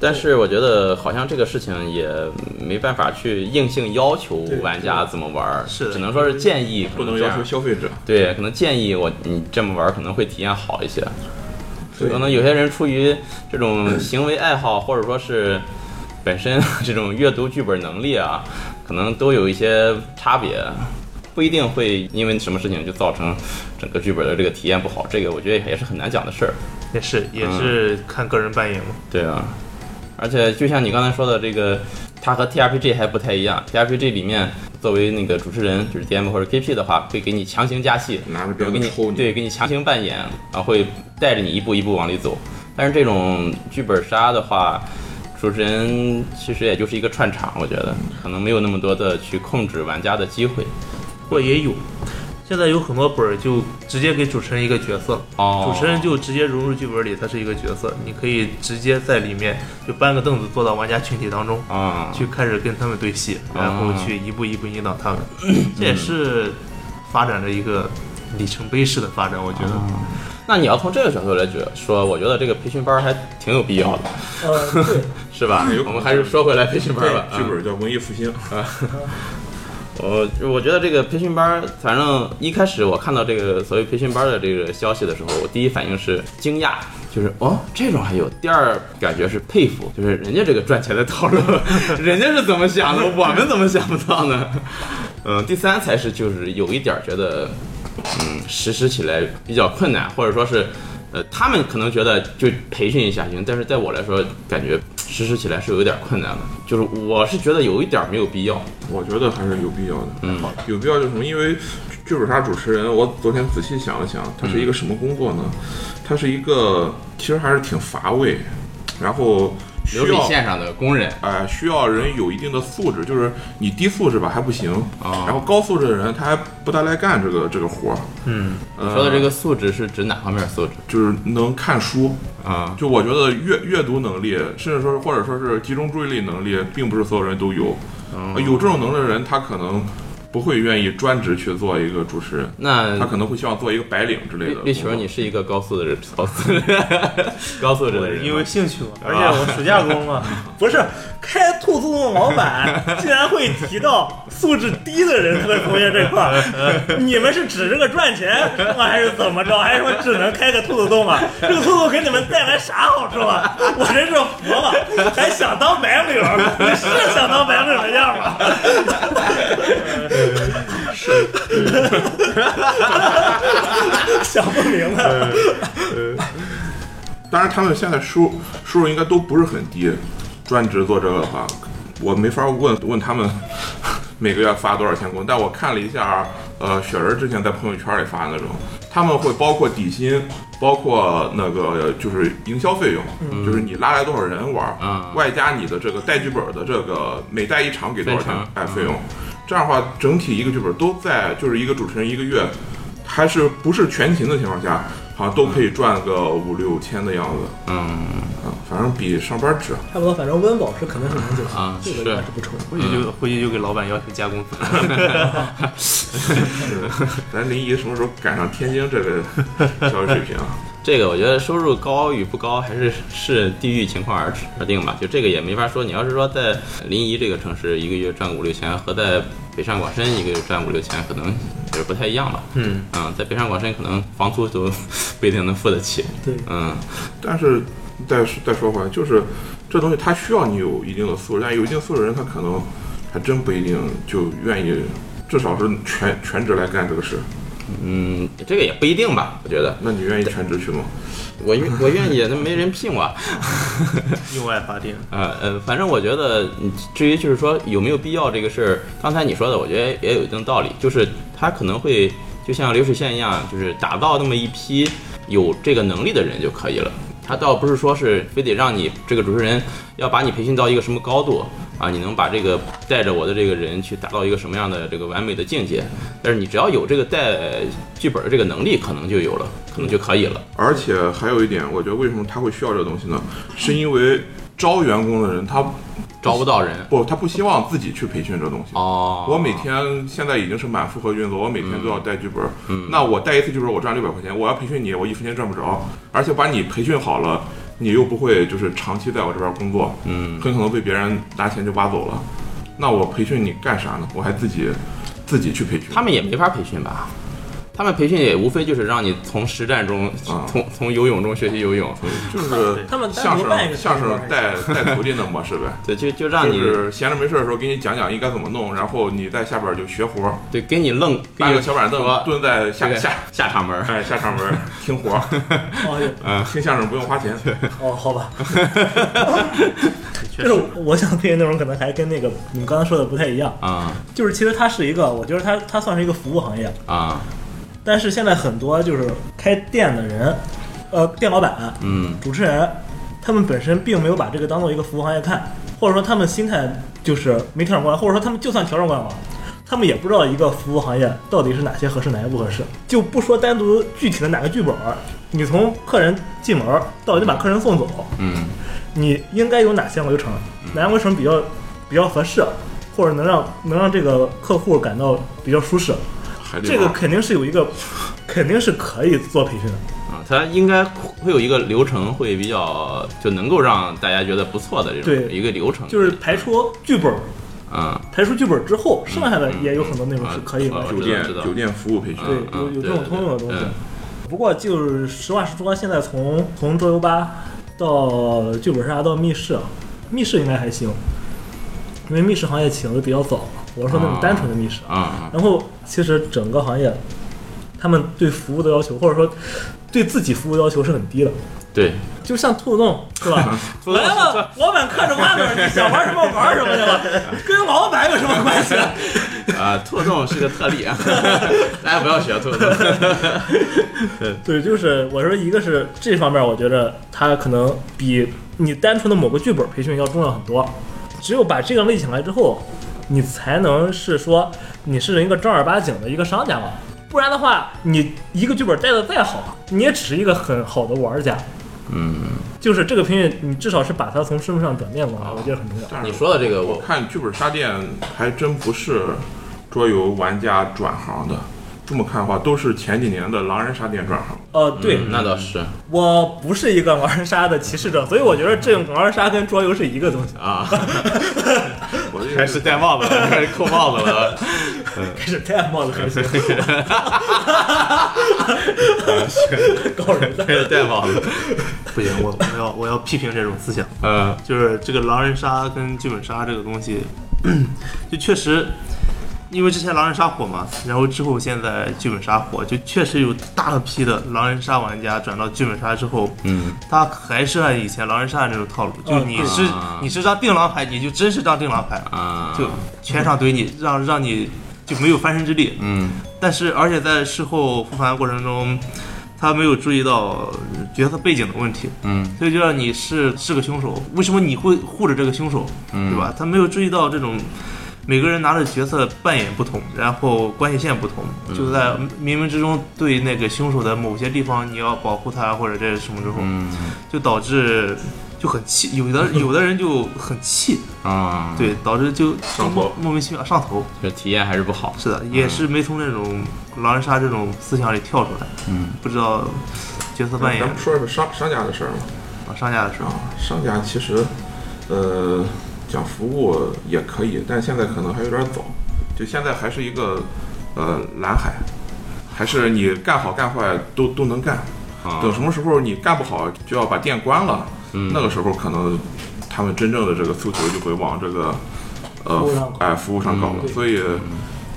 Speaker 1: 但是我觉得好像这个事情也没办法去硬性要求
Speaker 3: 对
Speaker 1: 玩家怎么玩儿，
Speaker 4: 是的
Speaker 1: 只能说是建议，
Speaker 2: 不
Speaker 1: 可
Speaker 2: 能
Speaker 1: 这
Speaker 2: 要
Speaker 1: 样
Speaker 2: 求消费者。
Speaker 1: 对，可能建议我你这么玩儿可能会体验好一些。
Speaker 2: 对
Speaker 1: 可能有些人出于这种行为爱好，或者说是本身这种阅读剧本能力啊，可能都有一些差别，不一定会因为什么事情就造成整个剧本的这个体验不好。这个我觉得也是很难讲的事儿。
Speaker 4: 也是也是看个人扮演嘛。
Speaker 1: 对啊，而且就像你刚才说的，这个它和 TRPG 还不太一样。TRPG 里面作为那个主持人，就是 DM 或者 KP 的话，会给你强行加戏，
Speaker 2: 拿着
Speaker 1: 然后
Speaker 2: 鞭子
Speaker 1: 给你
Speaker 2: 抽你，
Speaker 1: 对，给你强行扮演，然后会带着你一步一步往里走。但是这种剧本杀的话，主持人其实也就是一个串场，我觉得可能没有那么多的去控制玩家的机会。
Speaker 4: 不过也有，现在有很多本儿就直接给主持人一个角色，
Speaker 1: 哦，
Speaker 4: 主持人就直接融入剧本里，他是一个角色，你可以直接在里面就搬个凳子坐到玩家群体当中，
Speaker 1: 啊，
Speaker 4: 去开始跟他们对戏，
Speaker 1: 啊
Speaker 4: 然后去一步一步引导他们， 这也是发展的一个里程碑式的发展，我觉得。
Speaker 1: 那你要从这个角度来觉说，我觉得这个培训班还挺有必要的，
Speaker 3: 呃，对，
Speaker 1: 是吧
Speaker 2: 有？
Speaker 1: 我们还是说回来培训班吧。
Speaker 2: 剧本叫文艺复兴，
Speaker 1: 啊我我觉得这个培训班儿，反正一开始我看到这个所谓培训班儿的这个消息的时候，我第一反应是惊讶，就是哦这种还有；第二感觉是佩服，就是人家这个赚钱的套路，人家是怎么想的，我们怎么想不到呢？嗯，第三才是就是有一点儿觉得，嗯，实施起来比较困难，或者说是，呃，他们可能觉得就培训一下行，但是在我来说，感觉实施起来是有一点儿困难的，就是我是觉得有一点儿没有必要，
Speaker 2: 我觉得还是有必要的。
Speaker 1: 嗯。
Speaker 2: 有必要就是什么？因为剧本杀主持人，我昨天仔细想了想，他是一
Speaker 1: 嗯
Speaker 2: 个什么工作呢？他是一个其实还是挺乏味，然后需
Speaker 1: 流水
Speaker 2: 要
Speaker 1: 线上的工人
Speaker 2: 哎、需要人有一定的素质，就是你低素质吧还不行，
Speaker 1: 啊
Speaker 2: 然后高素质的人他还不太来干这个这个活儿。
Speaker 4: 嗯，
Speaker 1: 你说的这个素质是指哪方面素质
Speaker 2: 就是能看书，
Speaker 1: 啊？
Speaker 2: 就我觉得阅阅读能力，甚至说是或者说是集中注意力能力，并不是所有人都有。
Speaker 1: 哦
Speaker 2: 呃有这种能力的人，他可能不会愿意专职去做一个主持人，他
Speaker 1: 那
Speaker 2: 可能会希望做一个白领之类
Speaker 1: 绿
Speaker 2: 的。
Speaker 1: 绿嗯球，你是一个高素质、高素质、高素质的人吗，
Speaker 4: 因为兴趣嘛，
Speaker 3: 啊
Speaker 1: 而
Speaker 4: 而
Speaker 1: 且
Speaker 4: 且
Speaker 1: 我
Speaker 4: 我暑假工嘛，
Speaker 3: 不是开兔子洞的老板竟然会提到素质低的人他的同学这块儿，你们是指这个赚钱吗？还是怎么着？还是说只能开个兔子洞啊？这个兔子洞给你们带来啥好处啊？我真是服了，还想当白领儿？你是想当白领的样吗？ 是，想不明白。
Speaker 2: 当然他们现在收收入应该都不是很低，专职做这个的话，我没法问问他们每个月发多少钱工资。但我看了一下，呃，雪人之前在朋友圈里发的那种，他们会包括底薪，包括那个就是营销费用，就是你拉来多少人玩，
Speaker 1: 啊
Speaker 2: 外加你的这个带剧本的这个每带一场给多少钱
Speaker 1: 分成
Speaker 2: 哎费用，这样的话整体一个剧本都在就是一个主持人一个月，还是不是全勤的情况下，好像都可以赚个五六千的样子。
Speaker 1: 嗯
Speaker 2: 啊，反正比上班值。
Speaker 3: 差不多，反正温饱是肯定是能解决
Speaker 1: 啊
Speaker 3: 这个
Speaker 1: 是
Speaker 3: 应该是不愁。
Speaker 4: 回去就回去就给老板要求加工资。
Speaker 2: 咱临沂什么时候赶上天津这个消费水平啊？
Speaker 1: 这个我觉得收入高与不高还是视地域情况而而定吧，就这个也没法说。你要是说在临沂这个城市一个月赚五六千，和在北上广深一个月赚五六千，可能就是不太一样吧。
Speaker 4: 嗯，
Speaker 1: 嗯，在北上广深可能房租都 不一定能付得起。
Speaker 3: 对，
Speaker 1: 嗯，
Speaker 2: 但是再说再说回来，就是这东西它需要你有一定的素质，但有一定素质的人，他可能还真不一定就愿意，至少是全全职来干这个事。
Speaker 1: 嗯，这个也不一定吧，我觉得。
Speaker 2: 那你愿意全职去吗？
Speaker 1: 我愿我愿意，那没人聘我。
Speaker 4: 用爱发电，
Speaker 1: 呃呃，反正我觉得，嗯至于就是说有没有必要这个事儿，刚才你说的，我觉得也有一定道理，就是他可能会就像流水线一样，就是打造那么一批有这个能力的人就可以了。他倒不是说是非得让你这个主持人要把你培训到一个什么高度啊，你能把这个带着我的这个人去达到一个什么样的这个完美的境界，但是你只要有这个带呃剧本的这个能力，可能就有了，可能就可以了。
Speaker 2: 而且还有一点，我觉得为什么他会需要这个东西呢？是因为招员工的人他
Speaker 1: 招不到人
Speaker 2: 不他不希望自己去培训这东西。
Speaker 1: 哦，嗯
Speaker 2: 我每天现在已经是满负荷运作，我每天都要带剧本。那我带一次剧本，我赚六百块钱，我要培训你，我一分钱赚不着。而且把你培训好了，你又不会就是长期在我这边工作，
Speaker 1: 嗯，
Speaker 2: 很可能被别人拿钱就挖走了。那我培训你干啥呢？我还自己自己去培训。
Speaker 1: 他们也没法培训吧？他们培训也无非就是让你从实战中，
Speaker 2: 啊
Speaker 1: 从从游泳中学习游泳，
Speaker 2: 就是
Speaker 3: 他们单独
Speaker 2: 相
Speaker 3: 办一
Speaker 2: 声
Speaker 3: 个
Speaker 2: 相声
Speaker 3: 培训
Speaker 2: 带带徒弟的模式呗，
Speaker 1: 对，就就让
Speaker 2: 就
Speaker 1: 你
Speaker 2: 是闲着没事的时候给你讲讲应该怎么弄，然后你在下边就学活儿，
Speaker 1: 对给你愣，给
Speaker 2: 搬
Speaker 1: 你
Speaker 2: 个小板
Speaker 1: 说
Speaker 2: 凳蹲在下
Speaker 1: 对
Speaker 2: 下
Speaker 1: 下场门儿，
Speaker 2: 哎下场 门儿听活儿，
Speaker 3: 哦有
Speaker 2: 听相声不用花钱。
Speaker 3: 哦，好吧，
Speaker 4: 确
Speaker 3: 就是 我想推荐内容可能还跟那个你刚才说的不太一样，
Speaker 1: 啊
Speaker 3: 就是其实它是一个，我觉得它它算是一个服务行业，
Speaker 1: 啊，
Speaker 3: 但是现在很多就是开店的人，呃，店老板、
Speaker 1: 嗯
Speaker 3: 主持人，他们本身并没有把这个当做一个服务行业看，或者说他们心态就是没调整过来，或者说他们就算调整过来了。他们也不知道一个服务行业到底是哪些合适，哪些不合适。就不说单独具体的哪个剧本儿，你从客人进门儿到你把客人送走，
Speaker 1: 嗯
Speaker 3: 你应该有哪些流程，哪样流程比较比较合适，啊或者能让能让这个客户感到比较舒适，啊
Speaker 2: 海底
Speaker 3: 这个
Speaker 2: 捞
Speaker 3: 肯定是有一个，肯定是可以做培训的。
Speaker 1: 啊，他应该会有一个流程，会比较就能够让大家觉得不错的这种
Speaker 3: 对
Speaker 1: 一个流程，
Speaker 3: 就是排除剧本，
Speaker 1: 嗯
Speaker 3: 排除剧本之后，剩下的
Speaker 1: 嗯
Speaker 3: 也有很多内容是可以的
Speaker 1: 嗯。啊
Speaker 2: 酒
Speaker 1: 知道
Speaker 2: 店酒店服务培训
Speaker 1: 嗯，
Speaker 3: 对
Speaker 1: 嗯
Speaker 3: 有有这种通用的东西
Speaker 1: 嗯
Speaker 3: 不过就是实话实说，现在从从桌游吧到呃剧本杀到密室，啊密室应该还行，因为密室行业起的比较早。我是说那种单纯的密室，
Speaker 1: 啊
Speaker 3: 然后其实整个行业，他们对服务的要求，或者说对自己服务要求是很低的。
Speaker 1: 对，
Speaker 3: 就像兔洞是吧？
Speaker 1: 兔洞
Speaker 3: 来吧，老板看着外面，你想玩什么玩什么去吧，跟老板有什么关系？
Speaker 1: 啊，兔洞是个特例 啊，大家不要学兔洞。
Speaker 3: 对，就是我说，一个是这方面，我觉得它可能比你单纯的某个剧本培训要重要很多。只有把这个累起来之后，你才能是说你是一个正儿八经的一个商家嘛。不然的话，你一个剧本带的再好，你也只是一个很好的玩家。
Speaker 1: 嗯，
Speaker 3: 就是这个培训，你至少是把它从身份上转变过来，我觉得很重要。
Speaker 2: 但是
Speaker 1: 你说的这个
Speaker 2: 我
Speaker 1: 我
Speaker 2: 看剧本杀店还真不是桌游玩家转行的。这么看的话，都是前几年的狼人杀店转行。
Speaker 3: 呃，对，
Speaker 1: 嗯那倒是
Speaker 3: 我不是一个狼人杀的歧视者，所以我觉得这种狼人杀跟桌游是一个东西。
Speaker 1: 啊，
Speaker 2: 我的意思
Speaker 1: 开始戴帽子了，开始扣帽子了，
Speaker 3: 开始戴帽子开始，高人在
Speaker 1: 开始戴帽子，
Speaker 4: 不行，我我要我要批评这种思想。
Speaker 1: 嗯
Speaker 4: 就是这个狼人杀跟剧本杀这个东西， 就确实，因为之前狼人杀火嘛，然后之后现在剧本杀火，就确实有大批的狼人杀玩家转到剧本杀之后，
Speaker 1: 嗯，
Speaker 4: 他还是按以前狼人杀那种套路，就
Speaker 3: 嗯
Speaker 4: 你是、
Speaker 1: 啊
Speaker 4: 你是张定狼牌，你就真是张定狼牌，
Speaker 1: 啊，
Speaker 4: 就全场怼你，让让你就没有翻身之力。
Speaker 1: 嗯
Speaker 4: 但是而且在事后复盘过程中，他没有注意到角色背景的问题，
Speaker 1: 嗯
Speaker 4: 所以就让你是是个凶手，为什么你会护着这个凶手，
Speaker 1: 嗯，
Speaker 4: 对？吧？他没有注意到这种每个人拿的角色扮演不同，然后关系线不同，就在冥冥之中对那个凶手的某些地方你要保护他或者这是什么之后，
Speaker 1: 嗯
Speaker 4: 就导致就很气，有的有的人就很气，
Speaker 1: 啊，，
Speaker 4: 对，导致就就
Speaker 2: 上头
Speaker 4: 莫莫名其妙嗯上头，
Speaker 1: 这体验还是不好。
Speaker 4: 是的，也是没从那种狼人杀这种思想里跳出来，
Speaker 1: 嗯
Speaker 4: 不知道角色扮演
Speaker 2: 咱们说说商商家的事儿吧。
Speaker 4: 往上架的时候，
Speaker 2: 啊，商家其实，呃，讲服务也可以，但现在可能还有点早，就现在还是一个呃蓝海，还是你干好干坏都都能干。
Speaker 1: 啊，
Speaker 2: 等什么时候你干不好就要把店关了，
Speaker 1: 嗯
Speaker 2: 那个时候可能他们真正的这个诉求就会往这个呃
Speaker 3: 服务上搞
Speaker 2: 哎服务上搞了，
Speaker 3: 嗯
Speaker 2: 所以。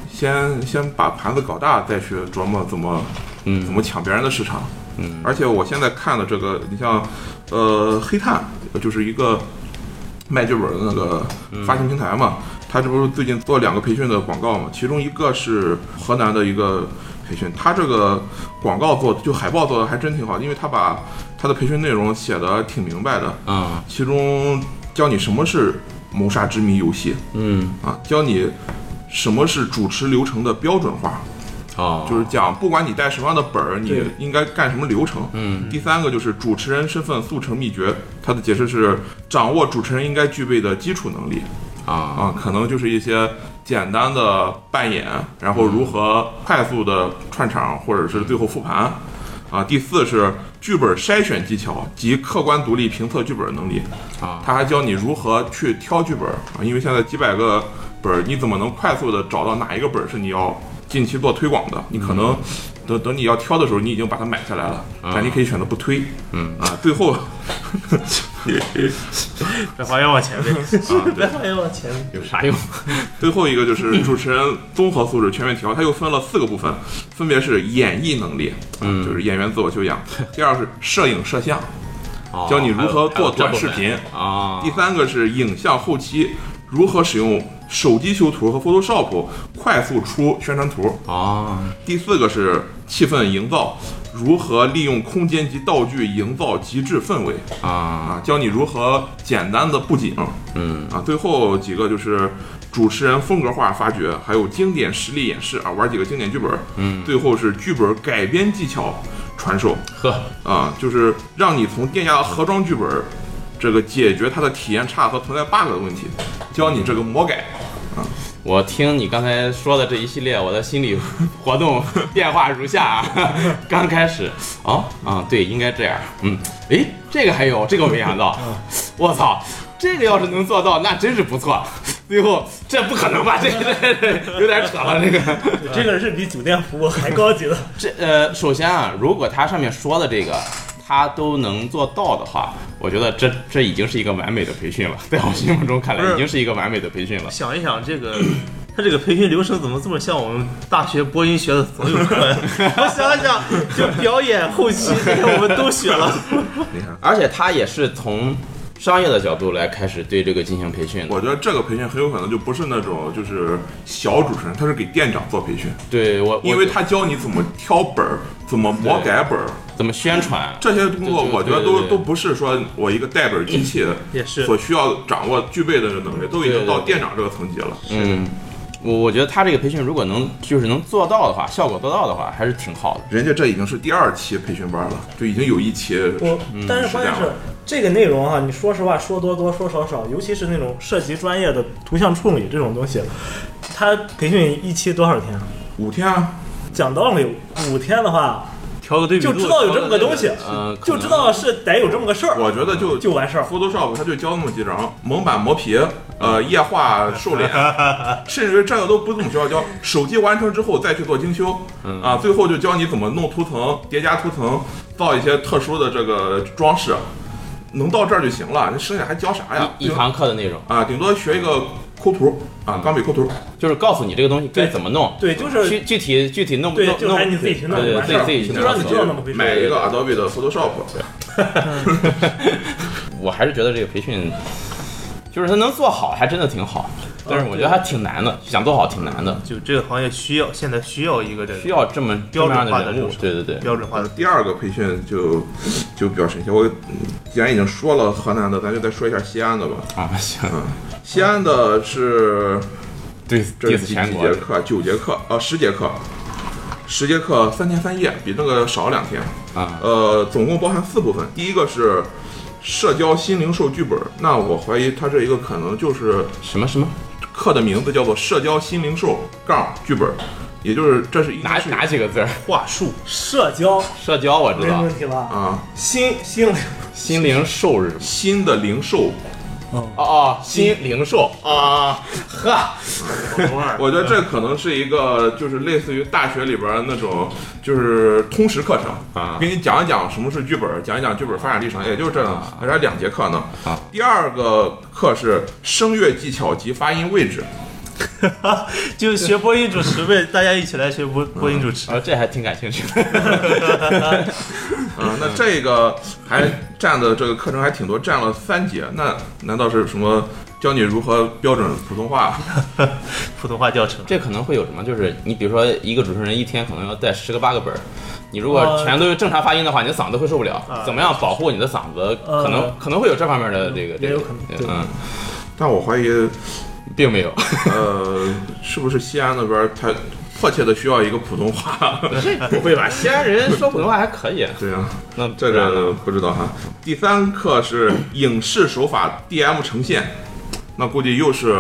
Speaker 2: 先先把盘子搞大，再去琢磨怎么
Speaker 1: 嗯
Speaker 2: 怎么抢别人的市场。
Speaker 1: 嗯
Speaker 2: 而且我现在看的这个，你像，呃，黑炭就是一个卖剧本的那个发行平台嘛，他这不是最近做两个培训的广告嘛，其中一个是河南的一个培训，他这个广告做就海报做的还真挺好，因为他把他的培训内容写的挺明白的，
Speaker 1: 啊
Speaker 2: 其中教你什么是谋杀之谜游戏
Speaker 1: 嗯
Speaker 2: 啊，教你什么是主持流程的标准化，
Speaker 1: 哦，
Speaker 2: 就是讲，不管你带什么样的本儿，你
Speaker 3: 对
Speaker 2: 应该干什么流程。
Speaker 1: 嗯，
Speaker 2: 第三个就是主持人身份速成秘诀，它的解释是掌握主持人应该具备的基础能力
Speaker 1: 啊
Speaker 2: 啊，可能就是一些简
Speaker 1: 嗯
Speaker 2: 单的扮演，然后如何快速的串场，或者是最后复盘。啊，第四是剧本筛选技巧及客观独立评测剧本能力
Speaker 1: 啊
Speaker 2: 他还教你如何去挑剧本啊，因为现在几百个本儿，你怎么能快速的找到哪一个本儿是你要近期做推广的？你可
Speaker 1: 嗯
Speaker 2: 能等等你要挑的时候，你已经把它买下来了，但你可以选择不推。
Speaker 1: 啊嗯
Speaker 2: 啊，最后
Speaker 4: 再还原往前呗，
Speaker 2: 啊，对
Speaker 4: 再还原往前。
Speaker 1: 有啥用？
Speaker 2: 最后一个就是主持人综合素质全面提高，它又分了四个部分，分别是演绎能力，啊
Speaker 1: 嗯
Speaker 2: 就是演员自我修 养；第二是摄影摄像，
Speaker 1: 哦
Speaker 2: 教你如何
Speaker 1: 还有
Speaker 2: 做短视频
Speaker 1: 啊
Speaker 2: 第，三个是影像后期，如何使用手机修图和 Photoshop 快速出宣传图；
Speaker 1: 哦，
Speaker 2: 第四个是气氛营造，如何利用空间及道具营造极致氛围
Speaker 1: 啊，
Speaker 2: 啊，教你如何简单的布景
Speaker 1: 嗯，
Speaker 2: 啊。最后几个就是主持人风格化发掘，还有经典实力演示啊，玩几个经典剧本。
Speaker 1: 嗯，
Speaker 2: 最后是剧本改编技巧传授
Speaker 1: 呵，
Speaker 2: 啊，就是让你从店家的盒装剧本儿这个解决它的体验差和存在 bug 的问题，教你这个魔改。
Speaker 1: 我听你刚才说的这一系列，我的心理活动 变化如下啊。 刚开始，哦，啊，对，应该这样。嗯，诶，这个还有，这个我没想到。
Speaker 4: 嗯
Speaker 1: 我操，这个要是能做到，那真是不错。 最后，这不可能吧？这个这这有点扯了，这 个。
Speaker 3: 这个是比酒店服务还高级的。
Speaker 1: 这呃，首先啊，如果他上面说的这个他都能做到的话，我觉得这这已经是一个完美的培训了，在我心目中看
Speaker 4: 不
Speaker 1: 来，
Speaker 4: 是
Speaker 1: 已经是一个完美的培训了。
Speaker 4: 想一想这个。 他这个培训流程怎么这么像我们大学播音学的所有课 呀？我想想，就表演后期这些我们都学了。
Speaker 2: 你看，
Speaker 1: 而且他也是从商业的角度来开始对这个进行培训的。
Speaker 2: 我觉得这个培训很有可能就不是那种就是小主持人，他是给店长做培训，
Speaker 1: 对我，我
Speaker 2: 因为他教你怎么挑本儿，怎么魔改本儿，
Speaker 1: 怎么宣传，
Speaker 2: 这些工作
Speaker 1: 对对
Speaker 2: 我觉得
Speaker 1: 对
Speaker 2: 都
Speaker 1: 对对嗯
Speaker 2: 都不是说我一个带本儿机器的
Speaker 4: 也是
Speaker 2: 所需要掌握具备的能力，都已经到
Speaker 1: 对对对
Speaker 2: 店长这个层级了。
Speaker 1: 嗯。我我觉得他这个培训如果能就是能做到的话，效果做到的话，还是挺好的。
Speaker 2: 人家这已经是第二期培训班了，就已经有一期
Speaker 3: 我，但是关键
Speaker 2: 嗯是这
Speaker 3: 是
Speaker 2: 样
Speaker 3: 这个内容啊，你说实话说多多说少少，尤其是那种涉及专业的图像处理这种东西，它培训一期多少天啊？
Speaker 2: 五天啊，
Speaker 3: 讲道理，五天的话
Speaker 4: 调个对比
Speaker 3: 就
Speaker 4: 度，
Speaker 3: 知道有这么个东西，
Speaker 1: 呃，可
Speaker 3: 就
Speaker 1: 能
Speaker 3: 知道是得有这么个事儿，
Speaker 2: 我觉得就
Speaker 3: 就完事儿。
Speaker 2: Photoshop 它就教那么几张，蒙版磨皮，呃，液化瘦脸，甚至这个都不怎么需要教。手机完成之后再去做精修，
Speaker 1: 嗯
Speaker 2: 啊，最后就教你怎么弄图层、叠加图层，造一些特殊的这个装饰，能到这儿就行了。那剩下还教啥呀？
Speaker 3: 啊
Speaker 1: 一一堂课的内容，
Speaker 2: 啊，顶多学一个抠图啊，钢笔抠图。
Speaker 1: 就是告诉你这个东西该
Speaker 3: 对
Speaker 1: 怎么弄，
Speaker 3: 对，就是
Speaker 1: 具具体具体弄不
Speaker 3: 对
Speaker 1: 弄，
Speaker 3: 就是
Speaker 1: 弄
Speaker 3: 还你自己去弄
Speaker 1: 对对自
Speaker 3: 完事
Speaker 1: 己
Speaker 3: 儿
Speaker 1: 自己去
Speaker 3: 就
Speaker 1: 弄。
Speaker 3: 让你知道那么回事
Speaker 2: 买一个 Adobe 的 Photoshop，
Speaker 1: 我还是觉得这个培训，就是他能做好，还真的挺
Speaker 3: 啊
Speaker 1: 好。但是我觉得还挺难的，想做好挺难的，
Speaker 4: 就这个行业需要，现在需要一个这
Speaker 1: 需
Speaker 4: 个
Speaker 1: 要这么这
Speaker 4: 标
Speaker 1: 么
Speaker 4: 准
Speaker 1: 样
Speaker 4: 化的
Speaker 1: 人物
Speaker 4: 流。程
Speaker 1: 对对对，
Speaker 4: 标准化的。
Speaker 2: 第二个培训就就比较神奇。我嗯既然已经说了河南的，咱就再说一下西安的吧。
Speaker 1: 啊行，
Speaker 2: 西安的是
Speaker 1: 对，
Speaker 2: 这
Speaker 1: 第
Speaker 2: 是
Speaker 1: 四
Speaker 2: 几
Speaker 1: 全
Speaker 2: 几
Speaker 1: 国
Speaker 2: 节课？九节课，呃，十节课，十节课三天三夜，比那个少两天。
Speaker 1: 啊，
Speaker 2: 呃，总共包含四部分，第一个是社交新零售剧本，那我怀疑它这一个可能就是
Speaker 1: 什么什么，
Speaker 2: 课的名字叫做社交新零售杠剧本，也就是这是一
Speaker 1: 哪哪几个字儿？
Speaker 4: 话术，
Speaker 3: 社交
Speaker 1: 社交我知
Speaker 3: 没什么
Speaker 1: 道
Speaker 3: 问，题吧？
Speaker 2: 啊
Speaker 3: 心心
Speaker 1: 心灵兽是什么？
Speaker 2: 新的零售，
Speaker 1: 哦哦，心灵兽啊，呵，
Speaker 2: 我觉得这可能是一个就是类似于大学里边儿那种就是通识课程
Speaker 1: 啊
Speaker 2: 给你讲一讲什么是剧本，讲一讲剧本发展历程，也就是这样，而且还两节课呢
Speaker 1: 啊。
Speaker 2: 第二个课是声乐技巧及发音位置，
Speaker 4: 就学播音主持呗，大家一起来学播播音主持。
Speaker 1: 啊，这还挺感兴趣 的。嗯
Speaker 2: 啊，那这个还占的这个课程还挺多，占了三节。那难道是什么教你如何标准普通话？
Speaker 4: 普通话教程，
Speaker 1: 这可能会有什么？就是你比如说一个主持人一天可能要带十个八个本儿，你如果
Speaker 3: 呃
Speaker 1: 全都是正常发音的话，你的嗓子会受不了。
Speaker 4: 呃
Speaker 1: 怎么样保护你的嗓子？
Speaker 3: 呃
Speaker 1: 可能可能啊会有这方面的这个这
Speaker 3: 也有
Speaker 1: 个
Speaker 3: 可能，对
Speaker 1: 嗯，
Speaker 2: 但我怀疑，
Speaker 1: 并没有。
Speaker 2: 呃，是不是西安那边儿它迫切的需要一个普通话？
Speaker 1: 这不会吧？西安人说普通话还可 以。
Speaker 2: 对啊。
Speaker 1: 那
Speaker 2: 这
Speaker 1: 不然呢
Speaker 2: 个不知道哈。第三课是影视手法 DM 呈现，那估计又是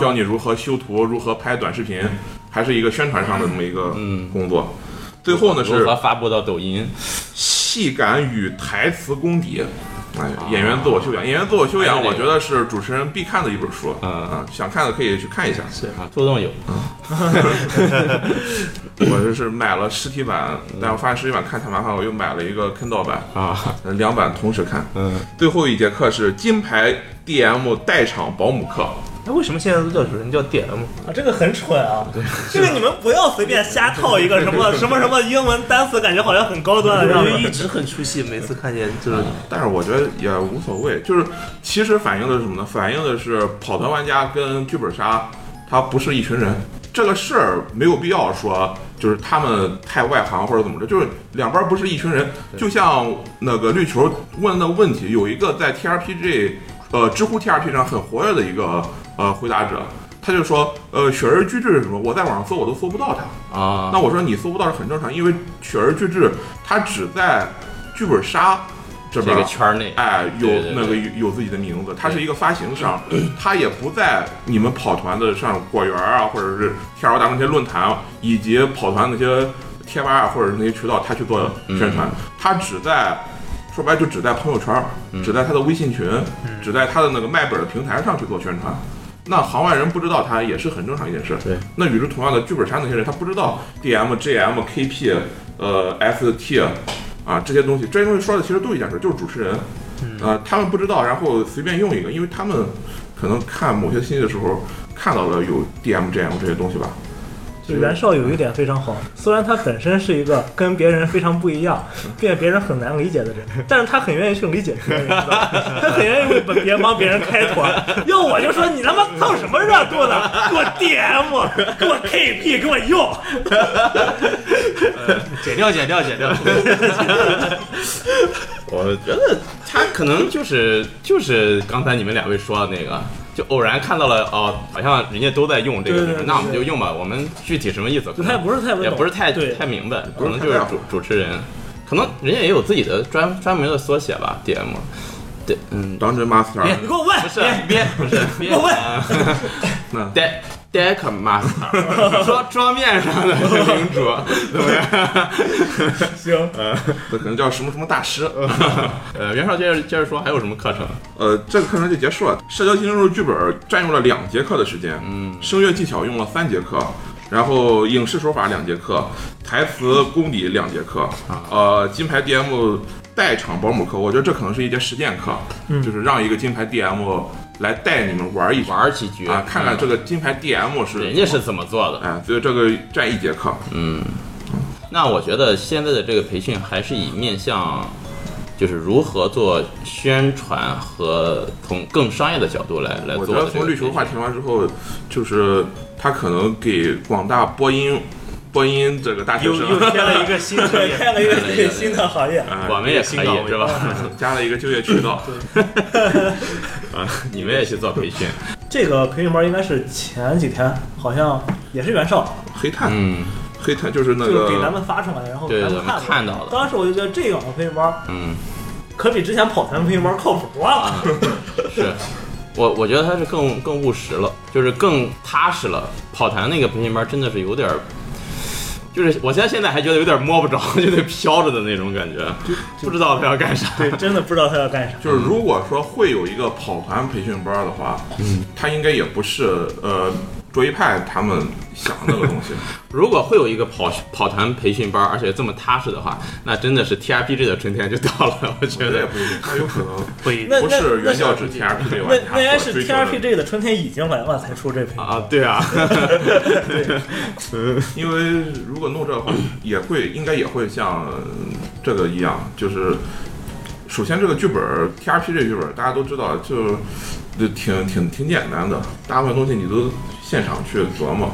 Speaker 2: 教嗯你如何修图、如何拍短视频，还是一个宣传上的这么一个工作。最后呢
Speaker 1: 如
Speaker 2: 是
Speaker 1: 何发布到抖音？
Speaker 2: 戏感与台词功底。哎，演员自我修养，演员自我修
Speaker 1: 还
Speaker 2: 养，
Speaker 1: 是
Speaker 2: 我
Speaker 1: 这
Speaker 2: 觉
Speaker 1: 个
Speaker 2: 得是主持人必看的一本书。
Speaker 1: 嗯
Speaker 2: 啊，想看的可以去看一下。
Speaker 1: 啊，兔洞有
Speaker 2: 我就是买了实体版，但我发现实体版看太麻烦，我又买了一个 Kindle 版，
Speaker 1: 啊，
Speaker 2: 呃两版同时看。
Speaker 1: 嗯，
Speaker 2: 最后一节课是金牌 DM 代场保姆课，
Speaker 4: 那为什么现在都叫有人叫 DM？
Speaker 3: 啊，这个很蠢啊！这个你们不要随便瞎套一个什 么什么什么英文单词，感觉好像很高端的啊
Speaker 4: 因
Speaker 3: 样
Speaker 4: 为一
Speaker 3: 子。
Speaker 4: 直很出戏，每次看见就是
Speaker 2: 但是我觉得也无所谓，就是其实反映的是什么呢？反映的是跑团玩家跟剧本杀，他不是一群人。这个事儿没有必要说，就是他们太外行或者怎么着，就是两边不是一群人。就像那个绿球问那个问题，有一个在 TRPG，呃，知乎 TRPG 上很活跃的一个呃回答者，他就说，呃，雪人居制是什么？我在网上搜我都搜不到他。
Speaker 1: 啊，
Speaker 2: 那我说你搜不到是很正常，因为雪人巨制它只在剧本杀这
Speaker 1: 这
Speaker 2: 边
Speaker 1: 个圈儿内，
Speaker 2: 哎，有
Speaker 1: 对对对
Speaker 2: 那个有有自己的名字，它是一个发行商， 它也不在你们跑团的像果园啊，或者是 T L W 那些论坛啊，以及跑团那些贴吧啊，或者是那些渠道，它去做
Speaker 1: 嗯
Speaker 2: 宣传，它只在说白了就只在朋友圈儿，
Speaker 1: 嗯
Speaker 2: 只在他的微信群，只在他的那个卖本的平台上去做宣传。那行外人不知道它也是很正常一件事。
Speaker 1: 对，
Speaker 2: 那与之同样的，剧本杀那些人他不知道 D M、G M、K P、呃 S T 啊这些东西，这些东西说的其实都一件事，就是主持人。呃，他们不知道，然后随便用一个，因为他们可能看某些信息的时候看到了有 DM、GM 这些东西吧。
Speaker 3: 就袁绍有一点非常好，虽然他本身是一个跟别人非常不一样，并且别人很难理解的人，但是他很愿意去理解别人，你知道 吗他很愿意帮别帮别人开脱。 要我就说你他妈蹭什么热度 呢？给我 DM，给我 KP，给我用。
Speaker 4: 剪掉剪掉剪 掉，
Speaker 1: 我觉得他可能就是就是刚才你们两位说的那个，就偶然看到了哦，好像人家都在用这个，
Speaker 3: 对对对
Speaker 1: 那我们就用吧。我们具体什么意思？可
Speaker 3: 他也
Speaker 1: 能
Speaker 3: 不是太
Speaker 1: 也不是太
Speaker 3: 对
Speaker 1: 太明白，可
Speaker 2: 不是
Speaker 1: 能
Speaker 2: 太
Speaker 1: 就是
Speaker 2: 在乎
Speaker 1: 主主持人，可能人家也有自己的专专门的缩写吧，DM。对，嗯，
Speaker 2: Dungeon Master，
Speaker 3: 你给我问，
Speaker 1: 不是别不是别
Speaker 3: 我问
Speaker 1: 啊
Speaker 2: 那
Speaker 1: deck deck master，桌桌面上的领主怎么样？
Speaker 3: 行。
Speaker 2: 这可能叫什么什么大师。
Speaker 1: 呃，袁绍接着接着说，还有什么课程？
Speaker 2: 呃，这个课程就结束了。社交新生入剧本占用了两节课的时间，嗯，声乐技巧用了三节课，然后影视手法两节课，台词功底两节课，
Speaker 1: 啊
Speaker 2: 呃，金牌 DM 代场保姆课，我觉得这可能是一节实践课，就是让一个金牌 DM 来带你们玩一圈
Speaker 1: 嗯玩几局嗯
Speaker 2: 啊，看看这个金牌 DM 是
Speaker 1: 人家是怎么做的。
Speaker 2: 哎，所以这个占一节课，
Speaker 1: 那我觉得现在的这个培训还是以面向，就是如何做宣传和从更商业的角度来来
Speaker 2: 我
Speaker 1: 做
Speaker 2: 觉
Speaker 1: 的这
Speaker 2: 得
Speaker 1: 个
Speaker 2: 从绿球
Speaker 1: 培训
Speaker 2: 话听完之后，就是他可能给广大播音播音这个大学
Speaker 4: 又
Speaker 2: 生
Speaker 4: 又添了一个新职业。
Speaker 3: 开了一个新的行业，
Speaker 2: 哎
Speaker 1: 我们也可
Speaker 4: 新岗
Speaker 1: 以
Speaker 4: 位
Speaker 1: 是吧？
Speaker 2: 加了一个就业渠道。
Speaker 1: 啊，你们也去做培训，
Speaker 3: 这个培训班应该是前几天，好像也是袁绍，
Speaker 2: 黑炭，
Speaker 1: 嗯
Speaker 2: 黑炭就是那
Speaker 3: 就是给咱
Speaker 2: 个
Speaker 3: 们发出来，然后
Speaker 1: 对
Speaker 3: 咱
Speaker 1: 咱们看
Speaker 3: 到
Speaker 1: 到了
Speaker 3: 当时我就觉得这种培训班
Speaker 1: 嗯，
Speaker 3: 可比之前跑团培训班靠谱啊多
Speaker 1: 啊
Speaker 3: 了。
Speaker 1: 是。我我觉得它是更更务实了，就是更踏实了。跑团那个培训班真的是有点儿，就是我现在现在还觉得有点摸不着， 就得飘着的那种感觉，不知道他要干啥。
Speaker 3: 对，真的不知道他要干啥。
Speaker 2: 就是如果说会有一个跑团培训班的话，嗯，他应该也不是呃卓一派他们想的那个东西。
Speaker 1: 如果会有一个跑跑团培训班，而且这么踏实的话，那真的是 TRPG 的春天就到了。我觉
Speaker 2: 觉得也
Speaker 1: 得，
Speaker 2: 不一定，他有可能
Speaker 4: 会
Speaker 3: 那
Speaker 2: 不
Speaker 3: 那
Speaker 2: 是
Speaker 3: 那
Speaker 2: 原
Speaker 3: 是
Speaker 2: 教旨 TRPG
Speaker 3: 那
Speaker 2: 玩家
Speaker 3: 那应该
Speaker 2: 所追
Speaker 3: 是
Speaker 2: 求的
Speaker 3: TRPG 的春天已经来了才出这培训班，
Speaker 1: 啊，对 啊，
Speaker 2: 因为如果弄这个话，也会应该也会像这个一样，就是首先这个剧本 T R P 这剧本大家都知道，就就挺挺挺简单的，大部分东西你都现场去琢磨。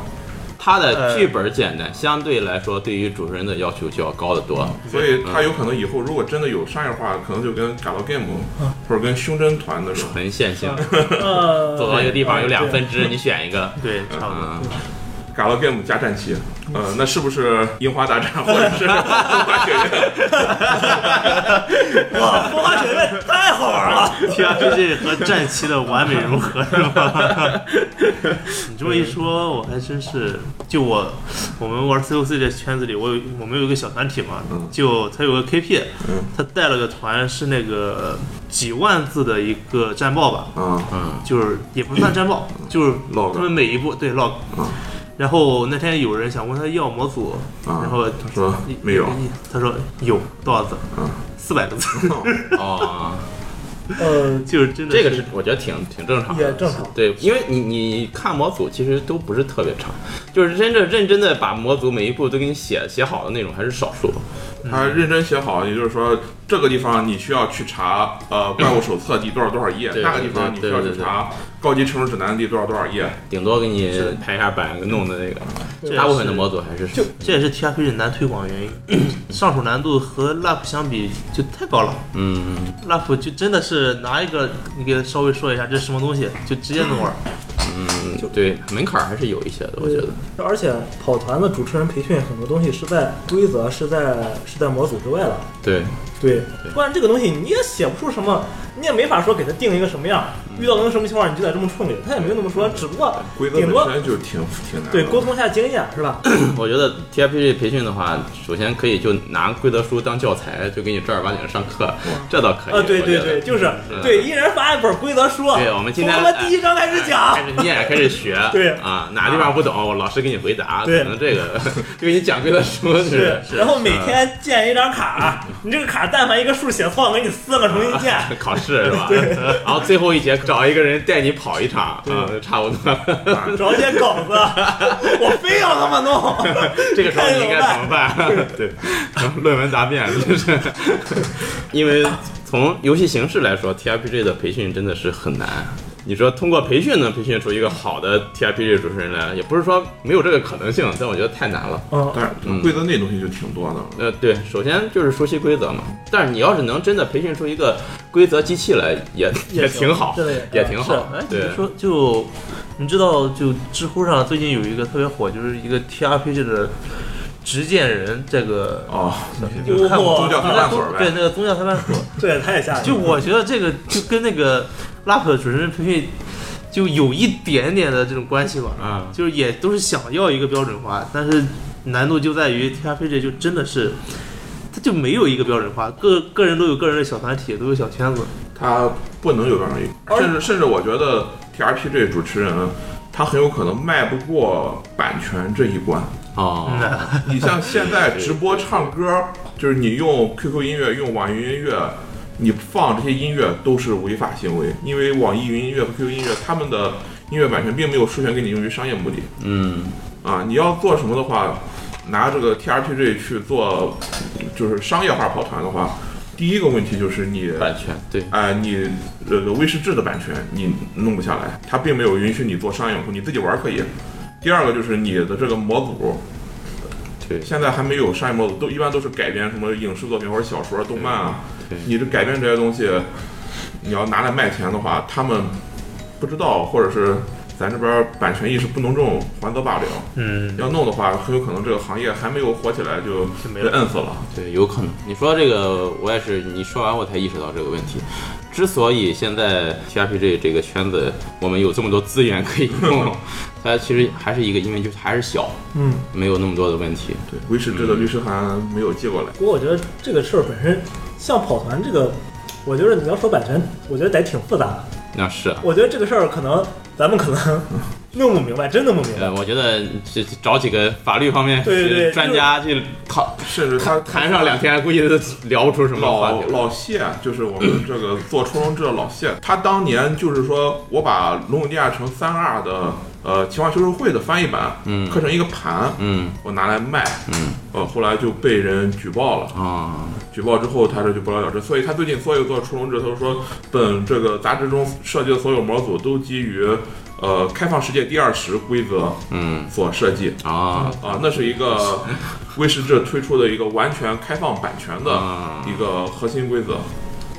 Speaker 1: 它的剧本简单，相对来说对于主持人的要求就要高得多。
Speaker 2: 所以
Speaker 1: 嗯
Speaker 2: 他有可能以后如果真的有商业化，可能就跟 Galo Game
Speaker 4: 啊
Speaker 2: 或者跟胸针团那种，
Speaker 1: 很线性，
Speaker 3: 呃，
Speaker 1: 走到一个地方有两
Speaker 3: 对。
Speaker 1: 分支，你选一个。
Speaker 4: 对，差不多。
Speaker 1: 嗯，
Speaker 2: 嘎拉 game 加战旗，
Speaker 4: 嗯
Speaker 2: 呃，那是不是樱花大战或者 是
Speaker 1: 啊
Speaker 2: 风花雪月？
Speaker 3: 哇，风花雪月太好玩了！
Speaker 4: T R P G 啊和战旗的完美融合是 吗？你这么一说，我还真是，就我我们玩 C O C 这圈子里，我有我们有一个小团体嘛，就他有个 K P，
Speaker 2: 嗯
Speaker 4: 他带了个团是那个几万字的一个战报吧，
Speaker 2: 啊，
Speaker 4: 就是也不算战报，就是
Speaker 2: ，log
Speaker 4: 他们每一步对 log
Speaker 2: 嗯。
Speaker 4: 然后那天有人想问他要模组，
Speaker 2: 啊
Speaker 4: 然后
Speaker 2: 他说没有，
Speaker 4: 他说有多少字
Speaker 2: 嗯？
Speaker 4: 四百个字，
Speaker 1: 哦，
Speaker 3: 呃，
Speaker 4: 就是真的
Speaker 1: 这个是我觉得挺挺正常的，
Speaker 3: 也正常
Speaker 1: 对，因为你你看模组其实都不是特别长，就是真正认真的把模组每一步都给你写写好的那种还是少数。
Speaker 2: 他认真写好，也就是说这个地方你需要去查呃怪物手册第多少多少页，
Speaker 1: 对
Speaker 2: 那个地方你需要
Speaker 1: 对
Speaker 2: 去
Speaker 1: 对对
Speaker 2: 查高级城市指南第多少多少页，
Speaker 1: 顶多给你排一下版，弄的那
Speaker 4: 这
Speaker 1: 个，
Speaker 4: 也
Speaker 1: 大部分的
Speaker 4: 是
Speaker 1: 模组还是
Speaker 3: 就
Speaker 4: 这也是 T R P G 难推广 的原因，上手难度和 LAP 相比就太高了。
Speaker 1: 嗯
Speaker 4: LAP 就真的是拿一个，你给稍微说一下这是什么东西，就直接能玩。
Speaker 1: 嗯，对，门槛还是有一些的，我觉得。
Speaker 3: 而且跑团的主持人培训很多东西是在规则是在是在模组之外了。
Speaker 1: 对，
Speaker 3: 对，不然这个东西你也写不出什么，你也没法说给它定一个什么样，遇到能什么情况你就得这么处理，他也没有那么说，只不过
Speaker 2: 规则
Speaker 3: 顶多
Speaker 2: 本身就挺挺难的。
Speaker 3: 对沟通一下经验是吧？
Speaker 1: 我觉得 T I P G 培训的话，首先可以就拿规则书当教材，就给你正儿八经上课，这倒可以。
Speaker 3: 啊，对
Speaker 1: 我觉
Speaker 3: 对
Speaker 1: 得
Speaker 3: 对，就是
Speaker 1: 嗯
Speaker 3: 对，一人发一本规则书，
Speaker 1: 对我们今天哎
Speaker 3: 从他妈第一章开始讲
Speaker 1: 开，始念，开始学，
Speaker 3: 对
Speaker 1: 啊，哪地方不懂，我老师给你回答，
Speaker 3: 对
Speaker 1: 可能这 个就给你讲规则书
Speaker 3: 是
Speaker 1: 是，
Speaker 3: 然后每天建一张卡，你这个卡但凡一个数写错了，给你撕了重 新建。
Speaker 1: 考试是吧？然后最后一节找一个人带你跑一场，啊，差不多。
Speaker 3: 找一些稿子，我非要他么弄。
Speaker 1: 这个时候你应该怎么办？ 对，论文答辩就是，因为从游戏形式来说，T R P G 的培训真的是很难。你说通过培训能培训出一个好的 T R P G 主持人来，也不是说没有这个可能性，但我觉得太难了。
Speaker 3: 嗯，
Speaker 2: 但是规则那东西就挺多的。
Speaker 1: 呃，对，首先就是熟悉规则嘛。但是你要是能真的培训出一个规则机器来，也也
Speaker 3: 行
Speaker 1: 挺好
Speaker 3: 真的，
Speaker 1: 也挺好
Speaker 4: 哎，。你
Speaker 1: 对
Speaker 4: 就，说就，你知道就知乎上最近有一个特别火，就是一个 T R P G 的执剑人这个。
Speaker 2: 哦，
Speaker 3: 就
Speaker 4: 看过
Speaker 2: 宗教裁判所呗
Speaker 4: 对嗯哦那个宗教裁 判所，
Speaker 3: 这也太吓人了。
Speaker 4: 就我觉得这个就跟那个 LAP 的主持人培训就有一点点的这种关系吧。
Speaker 1: 啊，
Speaker 4: 就是也都是想要一个标准化，但是难度就在于 T R P G 就真的是，它就没有一个标准化，个个人都有个人的小团体，都有小圈子，
Speaker 2: 他不能有表演欲，
Speaker 3: 而
Speaker 2: 甚至甚至我觉得 T R P 这主持人，他很有可能迈不过版权这一关。
Speaker 1: 哦，
Speaker 2: 你像现在直播唱歌，就是你用 QQ 音乐、用网易云音乐，你放这些音乐都是违法行为，因为网易云音乐和 QQ 音乐他们的音乐版权并没有授权给你用于商业目的
Speaker 1: 嗯，
Speaker 2: 啊。你要做什么的话，拿这个 T R P G 去做就是商业化跑团的话，第一个问题就是你
Speaker 1: 版权对，
Speaker 2: 哎、你呃威士忌的版权你弄不下来，它并没有允许你做商业用户，你自己玩可以。第二个就是你的这个模组，
Speaker 1: 对
Speaker 2: 现在还没有商业模组，都一般都是改编什么影视作品或者小说、动漫啊
Speaker 1: 对。
Speaker 2: 你这改编这些东西，你要拿来卖钱的话，他们不知道，或者是咱这边版权意识不浓重，还则罢了。
Speaker 4: 嗯，
Speaker 2: 要弄的话，很有可能这个行业还没有火起来就
Speaker 4: 就没
Speaker 2: 被
Speaker 4: 了
Speaker 2: 摁死了。
Speaker 1: 对，有可能。你说这个，我也是，你说完我才意识到这个问题。之所以现在 TRPG 这个圈子，我们有这么多资源可以用，它其实还是一个，因为就是还是小，
Speaker 3: 嗯，
Speaker 1: 没有那么多的问题。
Speaker 2: 对，威士忌的律师函没有寄过来。
Speaker 3: 不过我觉得这个事儿本身，像跑团这个，我觉得你要说版权，我觉得得挺复杂的。
Speaker 1: 那是啊，
Speaker 3: 我觉得这个事儿可能咱们 可能弄不明白，真弄不明白。
Speaker 1: 呃，我觉得这找几个法律方面
Speaker 3: 对对对
Speaker 1: 专家去讨
Speaker 2: 甚至他
Speaker 1: 谈上两天，估计都聊不出什么话
Speaker 2: 老啊
Speaker 1: 题来。
Speaker 2: 老谢就是我们这个做初中制的老谢，他当年就是说我把《龙与地下城三二》的呃情况修饰会的翻译版
Speaker 1: 嗯
Speaker 2: 刻成一个盘，
Speaker 1: 嗯
Speaker 2: 我拿来卖，
Speaker 1: 嗯
Speaker 2: 呃，后来就被人举报了。
Speaker 1: 啊，
Speaker 2: 举报之后，他这就不了了之。所以他最近所有做初中制，他就说本这个杂志中设计的所有模组都基于呃开放世界第二十规则
Speaker 1: 嗯
Speaker 2: 所设计。
Speaker 1: 啊，
Speaker 2: 啊，那是一个威士忌推出的一个完全开放版权的
Speaker 1: 啊
Speaker 2: 一个核心规则。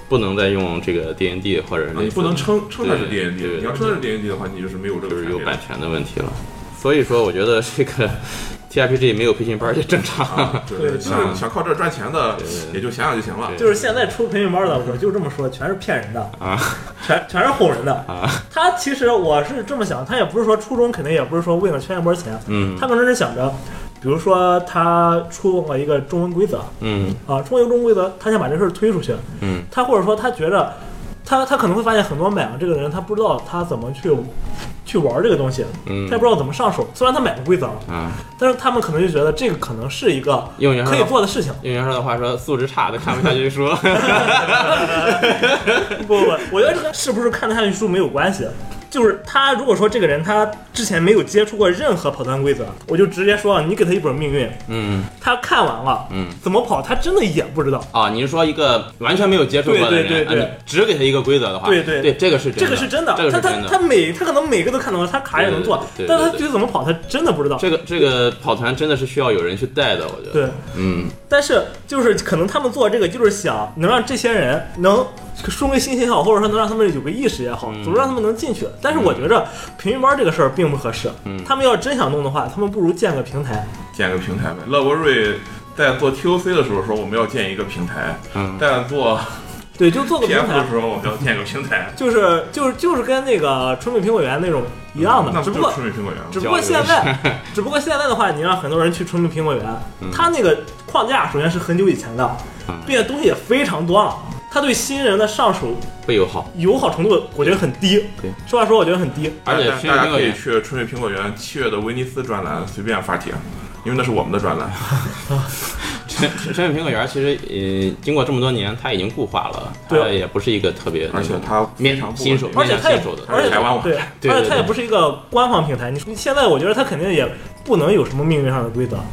Speaker 1: 不能再用这个 D N D 或者
Speaker 2: 啊你
Speaker 1: 类似
Speaker 2: 不能称称它是
Speaker 1: 对
Speaker 2: D N D，
Speaker 1: 对
Speaker 2: 你要称它是 D N D 的话，你就是没有这
Speaker 1: 就
Speaker 2: 个
Speaker 1: 是
Speaker 2: 权
Speaker 1: 有
Speaker 2: 利。
Speaker 1: 版权的问题了。所以说我觉得这个 T R P G 没有培训班儿也正常
Speaker 2: 啊。就是
Speaker 3: 对
Speaker 2: 想想靠这赚钱的
Speaker 1: 对对，对
Speaker 2: 也就想想就行了
Speaker 1: 对。
Speaker 3: 就是现在出培训班的，我就这么说，全是骗人的，
Speaker 1: 啊
Speaker 3: 全全是哄人的。
Speaker 1: 啊，
Speaker 3: 他其实我是这么想，他也不是说初衷，肯定也不是说为了圈一波钱，
Speaker 1: 嗯
Speaker 3: 他可能是想着，比如说他出了一个中文规则
Speaker 1: 嗯
Speaker 3: 啊，出了一个中文规则，他想把这事儿推出去，
Speaker 1: 嗯
Speaker 3: 他或者说他觉着，他他可能会发现很多买了这个人，他不知道他怎么去去玩这个东西，
Speaker 1: 嗯
Speaker 3: 他也不知道怎么上手。虽然他买了规则，
Speaker 1: 啊，
Speaker 3: 但是他们可能就觉得这个可能是一个
Speaker 1: 用原
Speaker 3: 可
Speaker 1: 上
Speaker 3: 以做的事情。
Speaker 1: 用原上的话说，素质差的看不下去书。
Speaker 3: 不不不，我觉得这跟是不是看得下去书没有关系。就是他，如果说这个人他之前没有接触过任何跑团规则，我就直接说啊，你给他一本命运，
Speaker 1: 嗯
Speaker 3: 他看完了，
Speaker 1: 嗯，
Speaker 3: 怎么跑他真的也不知道，
Speaker 1: 啊，你是说一个完全没有接触过的人，
Speaker 3: 对对对对
Speaker 1: 啊你只给他一个规则的话，
Speaker 3: 对对
Speaker 1: 对，这个是
Speaker 3: 这个是真的。
Speaker 1: 这个
Speaker 3: 他
Speaker 1: 是
Speaker 3: 他
Speaker 1: 真的
Speaker 3: 他。每他可能每个都看懂了，他卡也能做，
Speaker 1: 对对对对
Speaker 3: 但是他
Speaker 1: 对
Speaker 3: 具体怎么跑他真的不知道。
Speaker 1: 这个这个跑团真的是需要有人去带的，我觉得。，
Speaker 3: 对，
Speaker 1: 嗯
Speaker 3: 但是就是可能他们做这个就是想能让这些人能树立信心也好，或者说能让他们有个意识也好，
Speaker 1: 嗯
Speaker 3: 总之让他们能进去。但是我觉着培训班这个事儿并不合适，
Speaker 1: 嗯
Speaker 3: 他们要真想弄的话，他们不如建个平台。
Speaker 2: 建个平台呗。乐国瑞在做 TOC 的时候说我们要建一个平台，
Speaker 1: 嗯
Speaker 2: 在做
Speaker 3: 对，就做个平
Speaker 2: PF
Speaker 3: 台
Speaker 2: 的，时候我们要建个平台，
Speaker 3: 就是就是就是跟那个纯美苹果园那种一样的，
Speaker 2: 那
Speaker 3: 只
Speaker 2: 不
Speaker 3: 不
Speaker 2: 就
Speaker 3: 过
Speaker 2: 是。春水苹果园吗
Speaker 3: 只？不过现在， 只不过现在的话，你让很多人去纯美苹果园，
Speaker 2: 嗯
Speaker 3: 它那个框架首先是很久以前的
Speaker 1: 嗯，
Speaker 3: 并且东西也非常多了，它对新人的上手
Speaker 1: 不友好，
Speaker 3: 友好程度，我觉得很低。
Speaker 1: 对，
Speaker 3: 实话说，我觉得很低。
Speaker 1: 而且
Speaker 2: 大
Speaker 1: 其
Speaker 2: 家
Speaker 1: 实那
Speaker 2: 大家
Speaker 1: 个
Speaker 2: 可以
Speaker 1: 也
Speaker 2: 去春水苹果园七月的威尼斯专栏随便发帖，因为那是我们的专栏。
Speaker 1: 深圳苹果园其实呃，经过这么多年，它已经固化了，它
Speaker 3: 对
Speaker 1: 也不是一个特别，
Speaker 2: 而且它
Speaker 1: 面
Speaker 2: 非常不
Speaker 1: 新手
Speaker 2: 稳定
Speaker 3: 而且它也
Speaker 1: 面向新手的，
Speaker 2: 它
Speaker 3: 而
Speaker 2: 是
Speaker 3: 且
Speaker 2: 台湾网
Speaker 3: 对，
Speaker 1: 对
Speaker 3: 而且它
Speaker 1: 对
Speaker 3: 也不是一个官方平台。你你现在我觉得它肯定也不能有什么命运上的规则，
Speaker 2: 啊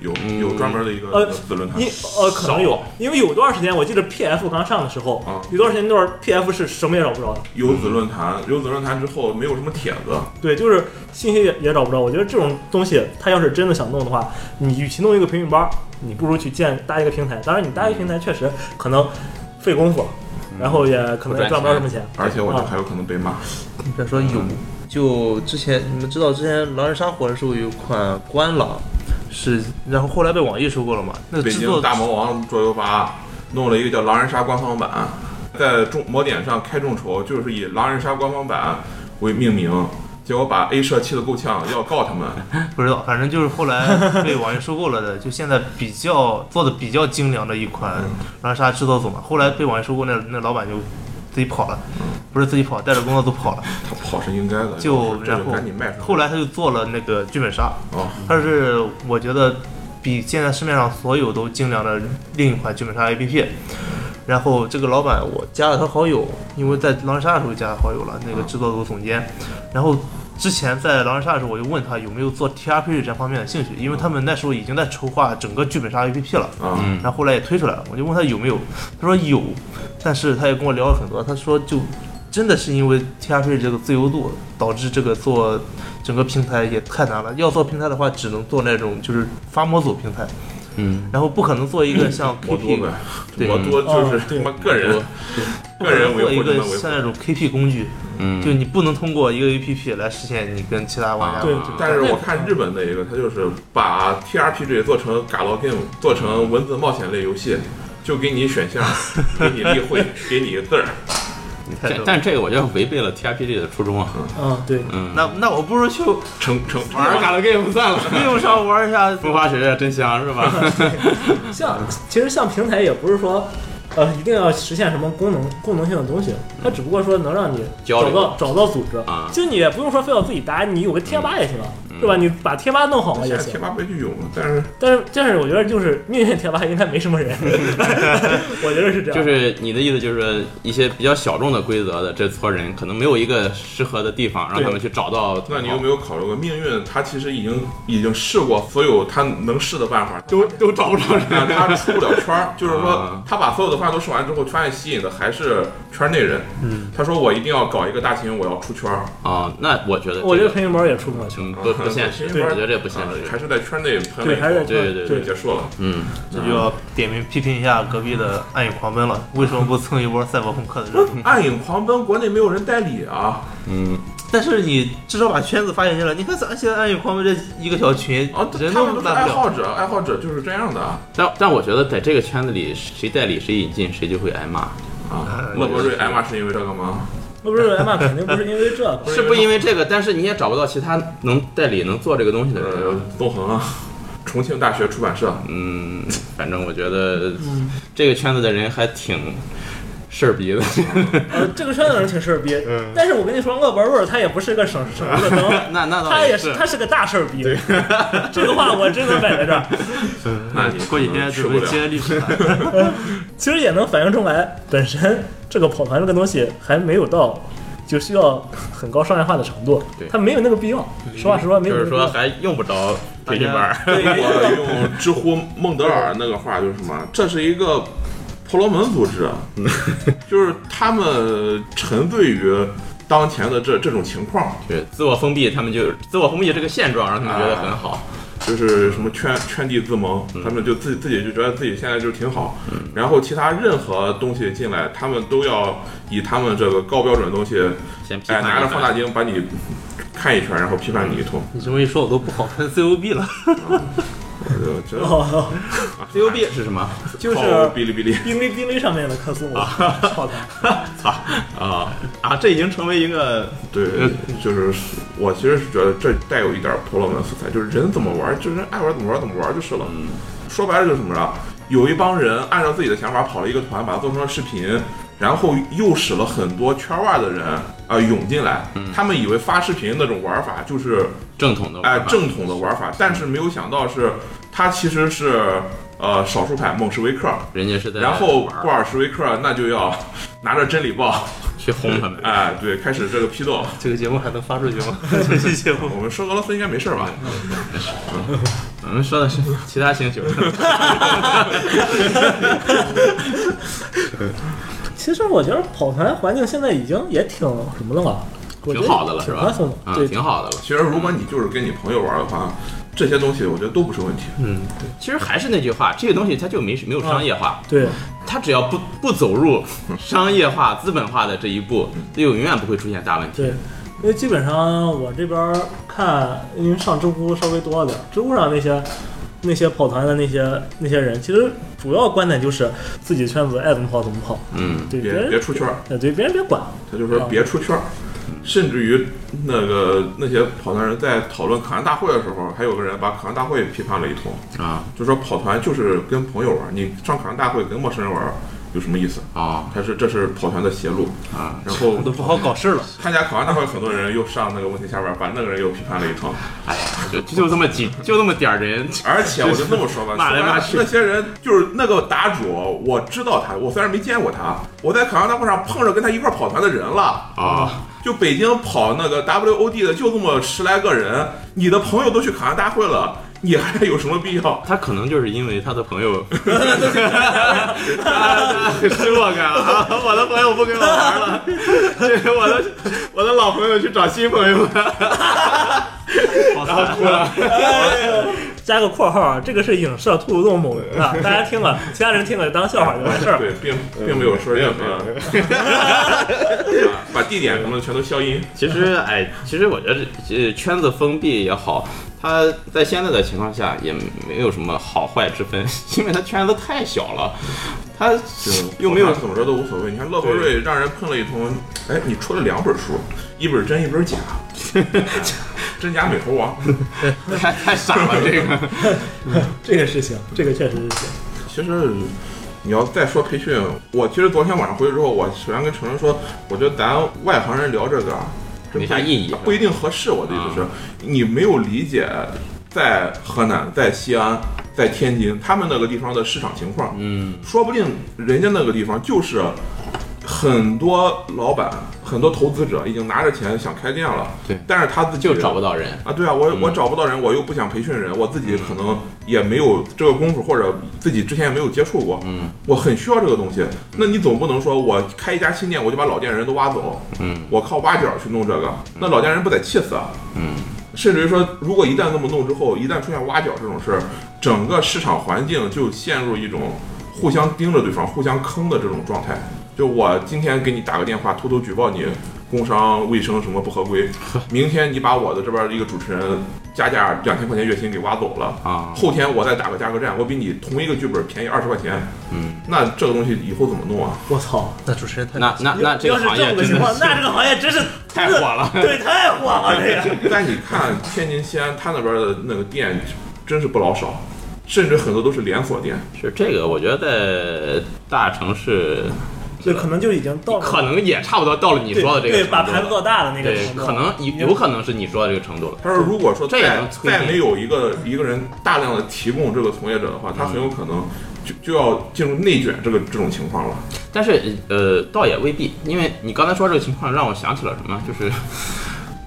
Speaker 2: 有
Speaker 1: 嗯
Speaker 2: 有专门的一个
Speaker 3: 呃
Speaker 2: 子论坛
Speaker 3: 你，呃可能有
Speaker 2: 少，
Speaker 3: 因为有段时间我记得 PF 刚上的时候
Speaker 2: 啊，
Speaker 3: 有段时间那段 PF 是什么也找不着的，
Speaker 2: 有子论坛，有子论坛之后没有什么帖子，
Speaker 3: 对，就是信息也也找不着。我觉得这种东西，它要是真的想弄的话，你与其弄一个培训班儿，你不如去建搭一个平台。当然，你搭一个平台确实可能费功夫，
Speaker 2: 嗯
Speaker 3: 然后也可能也赚不着什么钱。
Speaker 2: 而且我觉得
Speaker 3: 啊
Speaker 2: 还有可能被骂。
Speaker 4: 你别说有，就之前你们知道，之前狼人杀火的时候有一款官狼，是然后后来被网易收购了嘛？那
Speaker 2: 北
Speaker 4: 制
Speaker 2: 京
Speaker 4: 作
Speaker 2: 大魔王桌游吧弄了一个叫《狼人杀》官方版，在众魔点上开众筹，就是以《狼人杀》官方版为命名，结果把 A 社气得够呛，要告他们。
Speaker 4: 不知道，反正就是 后来被网易收购了的，就现在比较做的比较精良的一款
Speaker 1: 嗯
Speaker 4: 狼人杀制作组嘛。后来被网易收购那，那老板就自己跑了，不是自己跑，带着工作都跑了。
Speaker 2: 他跑是应该的，
Speaker 4: 就
Speaker 2: 这
Speaker 4: 然
Speaker 2: 就
Speaker 4: 后
Speaker 2: 赶紧卖出去。
Speaker 4: 后来他就做了那个剧本杀，
Speaker 2: 哦，
Speaker 4: 它是我觉得比现在市面上所有都精良的另一款剧本杀 APP。然后这个老板我加了他好友，因为在狼人杀的时候加了好友了，那个制作组总监。然后之前在狼人杀的时候，我就问他有没有做 TRPG 这方面的兴趣，因为他们那时候已经在筹划整个剧本杀 APP 了。
Speaker 2: 啊、
Speaker 1: 嗯
Speaker 4: 然后后来也推出来了，我就问他有没有，他说有，但是他也跟我聊了很多，他说就真的是因为 TRPG 这个自由度导致这个做整个平台也太难了，要做平台的话只能做那种就是发模组平台，
Speaker 1: 嗯，
Speaker 4: 然后不可能做一 个像
Speaker 2: 魔多
Speaker 4: KP，
Speaker 2: 呗，
Speaker 4: 对嗯啊
Speaker 2: 魔多就是
Speaker 3: 哦
Speaker 2: 他
Speaker 3: 对
Speaker 2: 妈个人
Speaker 4: 不
Speaker 2: 个
Speaker 4: 可
Speaker 2: 人
Speaker 4: 能做
Speaker 2: 维
Speaker 4: 一
Speaker 2: 护他
Speaker 4: 个
Speaker 2: 们维护
Speaker 4: 像。那种 KP 工具，
Speaker 1: 嗯
Speaker 4: 就你不能通过一个 APP 来实现你跟其他玩家
Speaker 2: 啊
Speaker 4: 的
Speaker 3: 对
Speaker 4: 这个
Speaker 2: 但是我看日本的一个，他就是把 TRPG 做成 g a l game，做成文字冒险类游戏，就给你选 项，给你例会，给你字儿，
Speaker 4: 态
Speaker 1: 但
Speaker 4: 度。
Speaker 1: 但这个我觉得违背了 T R P G 的初衷啊。
Speaker 3: 嗯，对，
Speaker 1: 嗯，
Speaker 4: 那那我不如去
Speaker 2: 成成成
Speaker 1: 玩儿 Gal Game 算 了，
Speaker 4: 用上玩一下，
Speaker 1: 风花雪月真香是吧？
Speaker 3: 啊像其实像平台也不是说。呃，一定要实现什么功能功能性的东西，它只不过说能让你
Speaker 1: 交
Speaker 3: 找
Speaker 1: 流
Speaker 3: 到找到组织
Speaker 1: 啊嗯
Speaker 3: 就你也不用说非要自己搭，你有个贴吧也行啊，是吧？你把贴吧弄好了
Speaker 2: 现
Speaker 3: 也
Speaker 2: 在
Speaker 3: 行
Speaker 2: 贴。吧不就有吗？但是
Speaker 3: 但是，但是我觉得就是命运贴吧应该没什 么人，我觉得是这样。
Speaker 1: 就是你的意思就是一些比较小众的规则的这撮人，可能没有一个适合的地方让他们去找到。
Speaker 2: 那你有没有考虑过命运？他其实已经已经试过所有他能试的办法，
Speaker 1: 都都找不着人？
Speaker 2: 但他出不了圈儿。就是说
Speaker 1: 啊，
Speaker 2: 他把所有的方案都试完之后，发现吸引的还是圈内人。嗯，他说我一定要搞一个大型，我要出圈儿，
Speaker 1: 啊，那我觉得这个
Speaker 3: 我觉得培训班也出不了圈，
Speaker 1: 嗯不不现实，
Speaker 2: 对
Speaker 1: 我觉得这不现
Speaker 2: 啊还
Speaker 1: 实。
Speaker 2: 是在圈内喷了
Speaker 3: 对，
Speaker 2: 一
Speaker 3: 还是在
Speaker 2: 口
Speaker 3: 圈
Speaker 1: 对对
Speaker 2: 就结束了。
Speaker 1: 嗯，
Speaker 4: 这就要点名批评一下隔壁的《暗影狂奔》嗯 了，为什么不蹭一波赛博朋克的热度？
Speaker 2: 暗影狂奔，国内没有人代理啊！
Speaker 1: 嗯，
Speaker 4: 但是你至少把圈子发扬起来。你看咱现在暗影狂魔这一个小群，
Speaker 2: 啊，
Speaker 4: 人
Speaker 2: 他
Speaker 4: 哦都
Speaker 2: 们都是
Speaker 4: 烂
Speaker 2: 爱
Speaker 4: 不了。
Speaker 2: 好者，爱好者就是这样的啊。
Speaker 1: 但但我觉得在这个圈子里，谁代理谁引进，谁就会挨骂，
Speaker 2: 啊，乐博瑞挨骂是因为这个吗？
Speaker 3: 那不是艾玛肯定不是因为 这个，
Speaker 1: 是不因为这个，但是你也找不到其他能代理能做这个东西的人。
Speaker 3: 嗯
Speaker 2: 呃，纵横啊，重庆大学出版社，
Speaker 1: 嗯，反正我觉得这个圈子的人还挺事儿逼的。
Speaker 3: 呃，这个圈子人挺事儿逼
Speaker 4: 嗯。
Speaker 3: 但是我跟你说，恶博味儿他也不是个省省油的灯，
Speaker 1: 那 那
Speaker 3: 他
Speaker 1: 倒
Speaker 3: 也
Speaker 1: 是
Speaker 3: 是，他是个大事儿逼。这个话我真能摆在这儿，
Speaker 2: 那你
Speaker 4: 嗯过几天
Speaker 2: 吃
Speaker 4: 准
Speaker 2: 不
Speaker 4: 备
Speaker 2: 了。
Speaker 4: 接历史了，
Speaker 3: 其实也能反映出来，本身这个跑团这个东西还没有到。就需要很高商业化的程度
Speaker 1: 对，
Speaker 3: 它没有那个必要。实话实说，没
Speaker 1: 就
Speaker 3: 有
Speaker 1: 是
Speaker 3: 那个必要
Speaker 1: 说。还用不着培训班儿。
Speaker 2: 我用知乎孟德尔那个话就是什么？这是一个婆罗门组织，就是他们沉醉于当前的这这种情况，
Speaker 1: 对，自我封闭，他们就自我封闭这个现状，让他们觉得很好。
Speaker 2: 就是什么圈圈地自萌，
Speaker 1: 嗯
Speaker 2: 他们就自己自己就觉得自己现在就挺好，然后其他任何东西进来，他们都要以他们这个高标准的东西，
Speaker 1: 先批
Speaker 2: 哎，
Speaker 1: 判
Speaker 2: 拿着
Speaker 1: 一下
Speaker 2: 放大镜把你看一圈，然后批判你一通，
Speaker 4: 你这么一说，我都不好喷 COB 了。
Speaker 2: 我
Speaker 1: 嗯
Speaker 2: 就觉得啊哎
Speaker 3: 哦，
Speaker 1: CUB 是什么？
Speaker 3: 就是
Speaker 2: 靠哔哩哔哩。
Speaker 3: 哔哩哔哩上面的克苏姆，跑团。
Speaker 1: 操啊啊！这已经成为一个
Speaker 2: 对
Speaker 1: 呃，
Speaker 2: 就是我其实是觉得这带有一点婆罗门色彩，就是人怎么玩，就是人爱玩怎么玩怎么玩就是了。
Speaker 1: 嗯
Speaker 2: 说白了就是什么呀？有一帮人按照自己的想法跑了一个团，把它做成了视频，然后诱使了很多圈外的人啊、涌进来。
Speaker 1: 嗯
Speaker 2: 他们以为发视频那种玩法就是
Speaker 1: 正统的
Speaker 2: 哎、
Speaker 1: 玩法
Speaker 2: 正统的玩法，但是没有想到是它其实是呃少数派孟什维克，
Speaker 1: 人家是在
Speaker 2: 然后
Speaker 1: 玩
Speaker 2: 布
Speaker 1: 儿
Speaker 2: 尔什维克那就要 拿着真理报，
Speaker 1: 去轰 他们。
Speaker 2: 哎、对，开始这个批斗。
Speaker 4: 这个节目还能发出去吗？ 这期节目
Speaker 2: 我们说俄罗斯应该没事儿吧？
Speaker 1: 我们嗯说的是其他星球，
Speaker 3: 其实我觉得跑团环境现在已经也挺什么了嘛，我觉得
Speaker 1: 挺好的了，是
Speaker 3: 挺
Speaker 1: 吧
Speaker 3: 宽松的？，
Speaker 1: 嗯，
Speaker 3: 对，
Speaker 1: 挺好的了。
Speaker 2: 其实如果你就是跟你朋友玩儿的话，这些东西我觉得都不是问题。
Speaker 4: 嗯
Speaker 1: 其实还是那句话，这个东西它就没没有商业化，
Speaker 3: 对，
Speaker 1: 它只要不不走入商业化、 资本化的这一步，就永远不会出现大问题。
Speaker 3: 对，因为基本上我这边儿看，因为上知乎稍微多了点儿，知乎上那些那些跑团的那些那些人，其实主要观点就是自己圈子爱怎么跑怎么跑，
Speaker 1: 嗯，
Speaker 3: 对别
Speaker 2: 别
Speaker 3: 人
Speaker 2: 别出圈儿，
Speaker 3: 呃对别人别管，
Speaker 2: 他就说别出圈儿。甚至于那个那些跑团人在讨论可汗大会的时候，还有个人把可汗大会批判了一通，
Speaker 1: 啊
Speaker 2: 就说跑团就是跟朋友玩儿，你上可汗大会跟陌生人玩儿有什么意思？
Speaker 1: 啊
Speaker 2: 他是这是跑团的邪路。
Speaker 1: 啊！
Speaker 2: 然后
Speaker 4: 都不好搞 事了。
Speaker 2: 参加可汗大会，很多人又上那个问题下边儿，把那个人又批判了一通。
Speaker 1: 哎呀，就就这么几，就这么点儿 人，
Speaker 2: 而且我就这么说吧，
Speaker 1: 骂来骂去
Speaker 2: 那些人就是那个答主，我知道他，我虽然没见过他，我在考上大会上碰着跟他一块儿跑团的人了。
Speaker 1: 啊，
Speaker 2: 就北京跑那个 WOD 的，就这么十来个人，你的朋友都去考上大会了，你还有什么必要？
Speaker 1: 他可能就是因为他的朋 友，他失落感啊，我的朋友不跟我玩 了，这是我的我的老朋友去找新朋友了， 然后哭了。
Speaker 3: 加个括号啊，这个是影射兔子洞某人啊，大家听了，其他人听了就当笑话就完事儿。
Speaker 2: 对，并并没有说任何，啊 把地点什么的全都消音。
Speaker 1: 其实，哎，其实我觉得这呃圈子封闭也好，它在现在的情况下也没有什么好坏之分，因为它圈子太小了，它又没有
Speaker 2: 我看怎么着都无所谓。你看乐博瑞让人喷了一通，哎，你出了两本书，一本真，一本假， 真假美猴王。
Speaker 1: 太太傻了这 个。
Speaker 3: 这个事情，这个确实是行。
Speaker 2: 其实你要再说培训，我其实昨天晚上回去之后，我首先跟程程说，我觉得咱外行人聊这个啊，真
Speaker 1: 没啥意义啊
Speaker 2: 不不一定合适。我的意思是，你没有理解在河南、在西安、在天津他们那个地方的市场情况，
Speaker 1: 嗯，
Speaker 2: 说不定人家那个地方就是。很多老板、很多投资者已经拿着钱想开店了，
Speaker 1: 对
Speaker 2: 但是他自己
Speaker 1: 就找不到人。
Speaker 2: 啊，对啊，我我找不到人，我又不想培训人，我自己可能也没有这个功夫，或者自己之前也没有接触过，
Speaker 1: 嗯，
Speaker 2: 我很需要这个东西。那你总不能说我开一家新店，我就把老店人都挖走，
Speaker 1: 嗯，
Speaker 2: 我靠挖角去弄这个，那老店人不得气死啊？
Speaker 1: 嗯，
Speaker 2: 甚至于说，如果一旦这么弄之后，一旦出现挖角这种事儿，整个市场环境就陷入一种互相盯着对方、互相坑的这种状态。就我今天给你打个电话，偷偷举报你，工伤、卫生什么不合 规，明天你把我的这边一个主持人加价两千块钱月薪给挖走了，
Speaker 1: 啊，
Speaker 2: 后天我再打个价格战，我比你同一个剧本便宜二十块钱，
Speaker 1: 嗯，
Speaker 2: 那这个东西以后怎么弄啊？
Speaker 3: 我操！
Speaker 4: 那主持人太
Speaker 1: 那那那这个
Speaker 3: 要是
Speaker 1: 行
Speaker 3: 这
Speaker 1: 业
Speaker 3: 么个
Speaker 1: 真
Speaker 3: 情
Speaker 1: 的
Speaker 3: 况，那这个行业真是
Speaker 1: 太火了
Speaker 3: 对，太 火了这 个。
Speaker 2: 但你看天津、西安，他那边的那个店真是不老少，甚至很多都是连锁店。
Speaker 1: 是这个，我觉得在大城市
Speaker 3: 对，可 能就已经到了
Speaker 1: 可能也差不多到了你
Speaker 3: 对
Speaker 1: 说的这个
Speaker 3: 对，把
Speaker 1: 程
Speaker 3: 盘
Speaker 1: 度
Speaker 3: 子
Speaker 1: 了
Speaker 3: 做大的那个
Speaker 1: 对，
Speaker 3: 程度，
Speaker 1: 可能有有可能是你说的这个程度了。
Speaker 2: 但是如果说
Speaker 1: 这也
Speaker 2: 再
Speaker 1: 能催
Speaker 2: 再
Speaker 1: 你
Speaker 2: 没有一个一个人大量的提供这个从业者的话，他很有可能就就要进入内卷这个这种情况了。
Speaker 1: 但是呃，倒也未必，因为你刚才说这个情况让我想起了什么，就是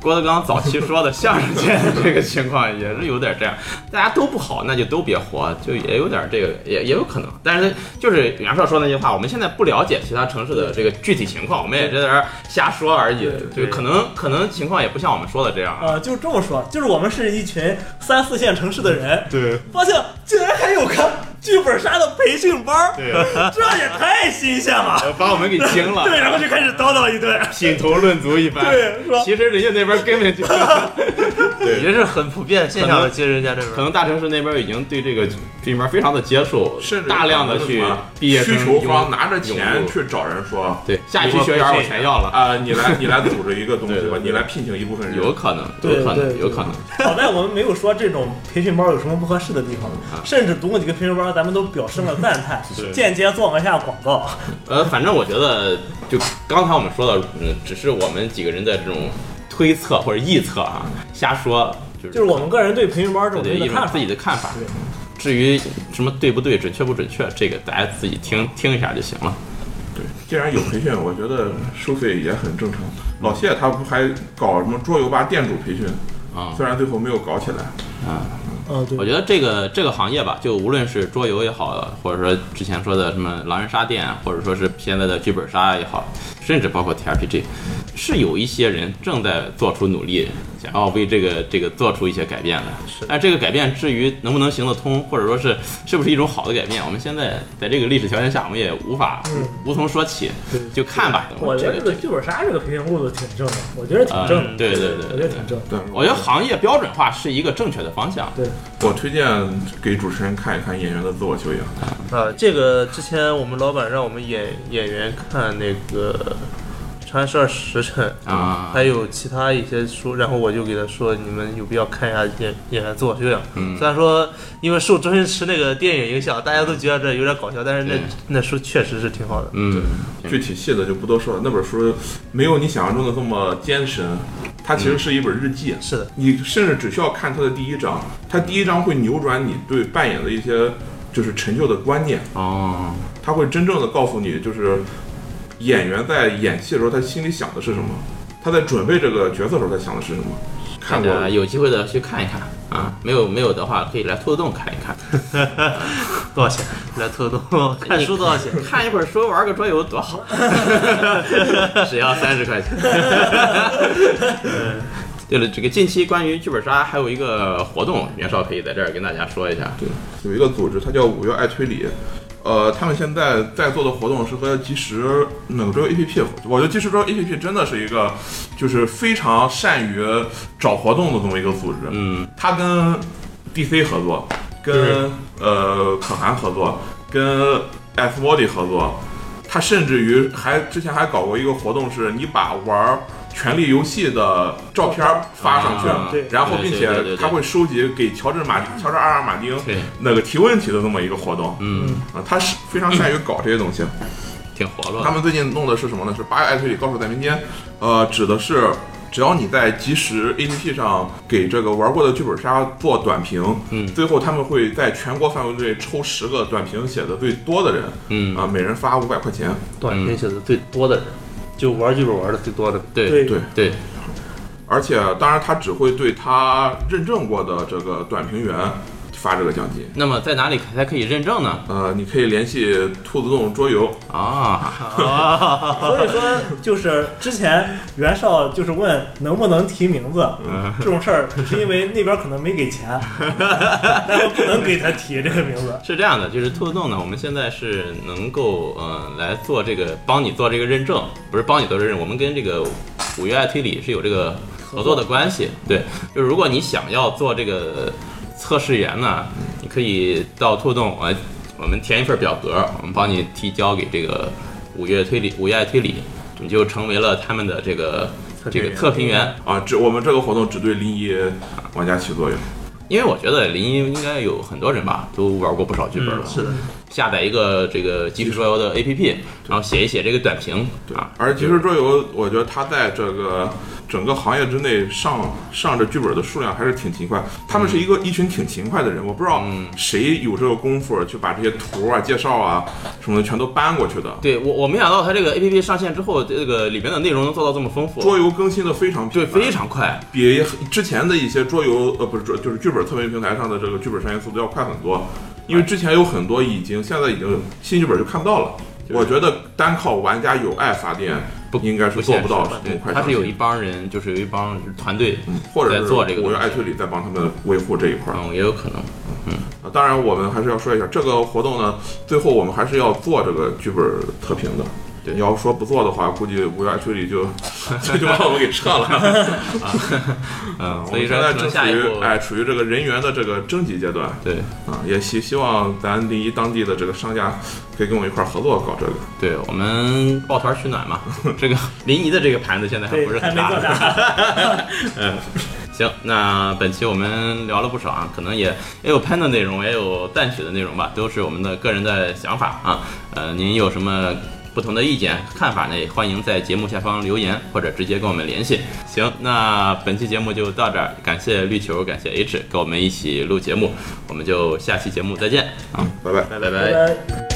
Speaker 1: 郭德纲早期说的相声界的这个情况也是有点这样，大家都不好，那就都别活，就也有点这个也也有可能。但是就是袁绍说那句话，我们现在不了解其他城市的这个具体情况，我们也在这儿瞎说而已，就
Speaker 4: 对
Speaker 1: 可能可能情况也不像我们说的这样啊。
Speaker 3: 呃，就这么说，就是我们是一群三四线城市的人，
Speaker 4: 对
Speaker 3: 发现竟然还有个剧本杀的培训班儿，
Speaker 4: 对，
Speaker 3: 这也太新鲜了。
Speaker 1: 把我们给惊了，
Speaker 3: 对，然后就开始叨叨一顿，
Speaker 1: 品头论足一番。
Speaker 3: 对是吧
Speaker 1: 其实人家那边根本就，
Speaker 4: 也是很普遍现象的，其实人家这
Speaker 1: 可
Speaker 4: 边
Speaker 1: 能大城市那边已经对这个这边非常的接受，
Speaker 2: 甚至
Speaker 1: 大量的去毕业生
Speaker 2: 需求方
Speaker 1: 涌
Speaker 2: 拿着
Speaker 1: 涌
Speaker 2: 钱
Speaker 1: 入
Speaker 2: 去找人说，
Speaker 1: 对下一批学员我全要了，
Speaker 2: 啊、你来你来组织一个东西
Speaker 1: 对
Speaker 2: 吧
Speaker 1: 对，
Speaker 2: 你来聘请一部分人。
Speaker 1: 有可能，
Speaker 3: 对
Speaker 1: 有可
Speaker 3: 对
Speaker 1: 能，
Speaker 3: 对
Speaker 1: 有可能。
Speaker 3: 好在我们没有说这种培训班有什么不合适的地方，甚至读过几个培训班，咱们都表示了赞叹
Speaker 1: 啊 是，
Speaker 3: 间接做了一下广告。
Speaker 1: 呃，反正我觉得，就刚才我们说的，嗯，只是我们几个人的这种推测或者臆测啊，瞎说，就是
Speaker 3: 就是我们个人对培训班这种
Speaker 1: 对
Speaker 3: 东西
Speaker 1: 一
Speaker 3: 的看
Speaker 1: 种
Speaker 3: 法
Speaker 1: 自，己的看法
Speaker 3: 对。
Speaker 1: 至于什么对不对、准确不准确，这个大家自己听听一下就行了。
Speaker 2: 对，既然有培训，我觉得收费也很正常。老谢他不还搞什么桌游吧店主培训，
Speaker 1: 啊、
Speaker 2: 虽然最后没有搞起来。
Speaker 3: 嗯，
Speaker 1: 我
Speaker 3: 对，
Speaker 1: 觉得这个这个行业吧，就无论是桌游也好，或者说之前说的什么狼人杀店，啊或者说是现在的剧本杀也好，甚至包括 TRPG，是有一些人正在做出努力，想要为这个这个做出一些改变的。但这个改变至于能不能行得通，或者说是是不是一种好的改变，我们现在在这个历史条件下，我们也无法、
Speaker 3: 嗯
Speaker 1: 无从说起，就看吧。
Speaker 3: 我觉
Speaker 1: 这
Speaker 3: 得
Speaker 1: 个这
Speaker 3: 这个
Speaker 1: 个
Speaker 3: 剧本杀这个培训路子挺正的，我觉得挺
Speaker 1: 啊、
Speaker 3: 正的，
Speaker 1: 对对对
Speaker 3: 我觉得
Speaker 1: 对。
Speaker 3: 挺正的。
Speaker 2: 对，
Speaker 1: 我觉得行业标准化是一个正确的方向。
Speaker 2: 我推荐给主持人看一看演员的自我修养。
Speaker 4: 啊，这个之前我们老板让我们演演员看那个《长安十二时辰》
Speaker 1: 啊
Speaker 4: 还有其他一些书，然后我就给他说，你们有必要看一下演演员自我修养。
Speaker 1: 嗯
Speaker 4: 虽然说因为受周星驰那个电影影响，大家都觉得这有点搞笑，但是那
Speaker 1: 对
Speaker 4: 那书确实是挺好的。
Speaker 1: 嗯，
Speaker 2: 具体细的就不多说了。那本书没有你想象中的这么艰深，它
Speaker 1: 嗯
Speaker 2: 其实是一本日记。
Speaker 4: 是的，
Speaker 2: 你甚至只需要看它的第一章，它第一章会扭转你对扮演的一些就是陈旧的观念，
Speaker 1: 哦，
Speaker 2: 它会真正的告诉你，就是演员在演戏的时候他心里想的是什么，他在准备这个角色的时候他想的是什么。看过
Speaker 1: 大家有机会的去看一看啊，没有没有的话可以来兔子洞看一看。
Speaker 4: 多少钱？来偷偷看
Speaker 1: 哎
Speaker 4: 书多少钱？
Speaker 1: 看一会儿书，玩个桌游多好，只要三十块钱。对了，这个近期关于剧本杀还有一个活动，袁绍可以在这儿跟大家说一下。
Speaker 2: 对，有一个组织，它叫五幺爱推理。呃，他们现在在做的活动是和即时那个桌游 APP，我觉得即时桌游 APP 真的是一个，就是非常善于找活动的这么一个组织。
Speaker 1: 嗯，
Speaker 2: 它跟 DC 合作，
Speaker 4: 对
Speaker 2: 跟呃可汗合作，跟 S Body 合作，它甚至于还之前还搞过一个活动，是你把玩儿权力游戏的照片儿发上去，
Speaker 1: 啊
Speaker 3: 对
Speaker 2: 然后
Speaker 1: 对
Speaker 2: 并
Speaker 1: 对
Speaker 2: 且
Speaker 1: 对对对
Speaker 2: 他会收集给乔治马乔治阿尔马丁
Speaker 1: 对，
Speaker 2: 那个提问题的这么一个活动
Speaker 1: 嗯，
Speaker 2: 啊，他是非常善于搞这些东西。
Speaker 1: 挺活络
Speaker 2: 他
Speaker 1: 的。
Speaker 2: 们最近弄的是什么呢？是八月爱推理高手在民间，呃，指的是只要你在即时 APP 上给这个玩过的剧本杀做短评，
Speaker 1: 嗯
Speaker 2: 最后他们会在全国范围内抽十个短评写的最多的人，
Speaker 1: 嗯
Speaker 2: 啊、，每人发五百块钱。
Speaker 4: 短篇写的最多的人，就玩剧本玩的最多的人。
Speaker 1: 对
Speaker 2: 对
Speaker 1: 对，
Speaker 2: 而且当然他只会对他认证过的这个短评员发这个奖金。
Speaker 1: 那么在哪里才可以认证呢？
Speaker 2: 呃，你可以联系兔子洞桌游，
Speaker 1: 啊，
Speaker 3: 所以说，就是之前袁绍就是问能不能提名字
Speaker 1: 嗯
Speaker 3: 这种事儿，只是因为那边可能没给 钱，然后不能给他提这个名字。
Speaker 1: 是这样的，就是兔子洞呢，我们现在是能够呃来做这个，帮你做这个认证，不是帮你做认证，我们跟这个五月爱推理是有这个合作的关系。对，就是如果你想要做这个测试员呢，你可以到兔子洞，我我们填一份表格，我们帮你提交给这个五月推理，五月爱推理，你就成为了他们的这个这个测评员。
Speaker 2: 啊，这我们这个活动只对临沂玩家起作用。
Speaker 1: 因为我觉得临沂应该有很多人吧，都玩过不少剧本
Speaker 2: 嗯
Speaker 1: 了。
Speaker 4: 是的，
Speaker 1: 下载一个这个即时桌游的 APP，然后写一写这个短评啊。
Speaker 2: 而即时桌游，我觉得它在这个整个行业之内上上这剧本的数量还是挺勤快。他们是一个、
Speaker 1: 嗯
Speaker 2: 一群挺勤快的人，我不知道谁有这个功夫去把这些图啊、介绍啊什么的全都搬过去的。
Speaker 1: 对我，我没想到它这个 A P P 上线之后，这个里面的内容能做到这么丰富，
Speaker 2: 桌游更新的非常频
Speaker 1: 对，
Speaker 2: 繁
Speaker 1: 非常快。
Speaker 2: 比之前的一些桌游呃不是桌就是剧本测评平台上的这个剧本上线速度要快很多，因为之前有很多已经现在已经新剧本就看不到了。我觉得单靠玩家有爱发电
Speaker 1: 不，
Speaker 2: 应该是做不
Speaker 1: 现
Speaker 2: 到
Speaker 1: 实
Speaker 2: 这么
Speaker 1: 对
Speaker 2: 快上线。
Speaker 1: 它是有一帮人，就是有一帮团队
Speaker 2: 或者
Speaker 1: 在
Speaker 2: 是
Speaker 1: 做这个
Speaker 2: 我
Speaker 1: 东
Speaker 2: 用
Speaker 1: 西
Speaker 2: 爱推理在帮他们维护这一块儿。
Speaker 1: 嗯，也有可能。
Speaker 2: 啊当然，我们还是要说一下这个活动呢，最后我们还是要做这个剧本测评的。
Speaker 1: 对
Speaker 2: 你要说不做的话，估计无爱推 理就 就就把我们给撤了。
Speaker 1: 嗯，
Speaker 2: 我
Speaker 1: 所以
Speaker 2: 们
Speaker 1: 说
Speaker 2: 现在
Speaker 1: 可
Speaker 2: 正
Speaker 1: 能下一
Speaker 2: 处
Speaker 1: 步
Speaker 2: 于，哎处于这个人员的这个征集阶段
Speaker 1: 对
Speaker 2: 啊，也希希望咱临沂当地的这个商家可以跟我们一块儿合作搞这个。
Speaker 1: 对，我们抱团取暖嘛。 这个临沂的这个盘子现在还
Speaker 3: 对
Speaker 1: 不是，
Speaker 3: 还
Speaker 1: 很
Speaker 3: 没做
Speaker 1: 大。
Speaker 3: 啥，
Speaker 1: 行，那本期我们聊了不少啊，可能也也有喷的内容，也有赞许的内容吧，都是我们的个人的想法啊。呃，您有什么不同的意见看法呢？也欢迎在节目下方留言，或者直接跟我们联系。行，那本期节目就到这儿，感谢绿球，感谢 H 跟我们一起录节目，我们就下期节目再见啊，
Speaker 2: 拜拜。
Speaker 1: 拜拜
Speaker 3: 拜拜。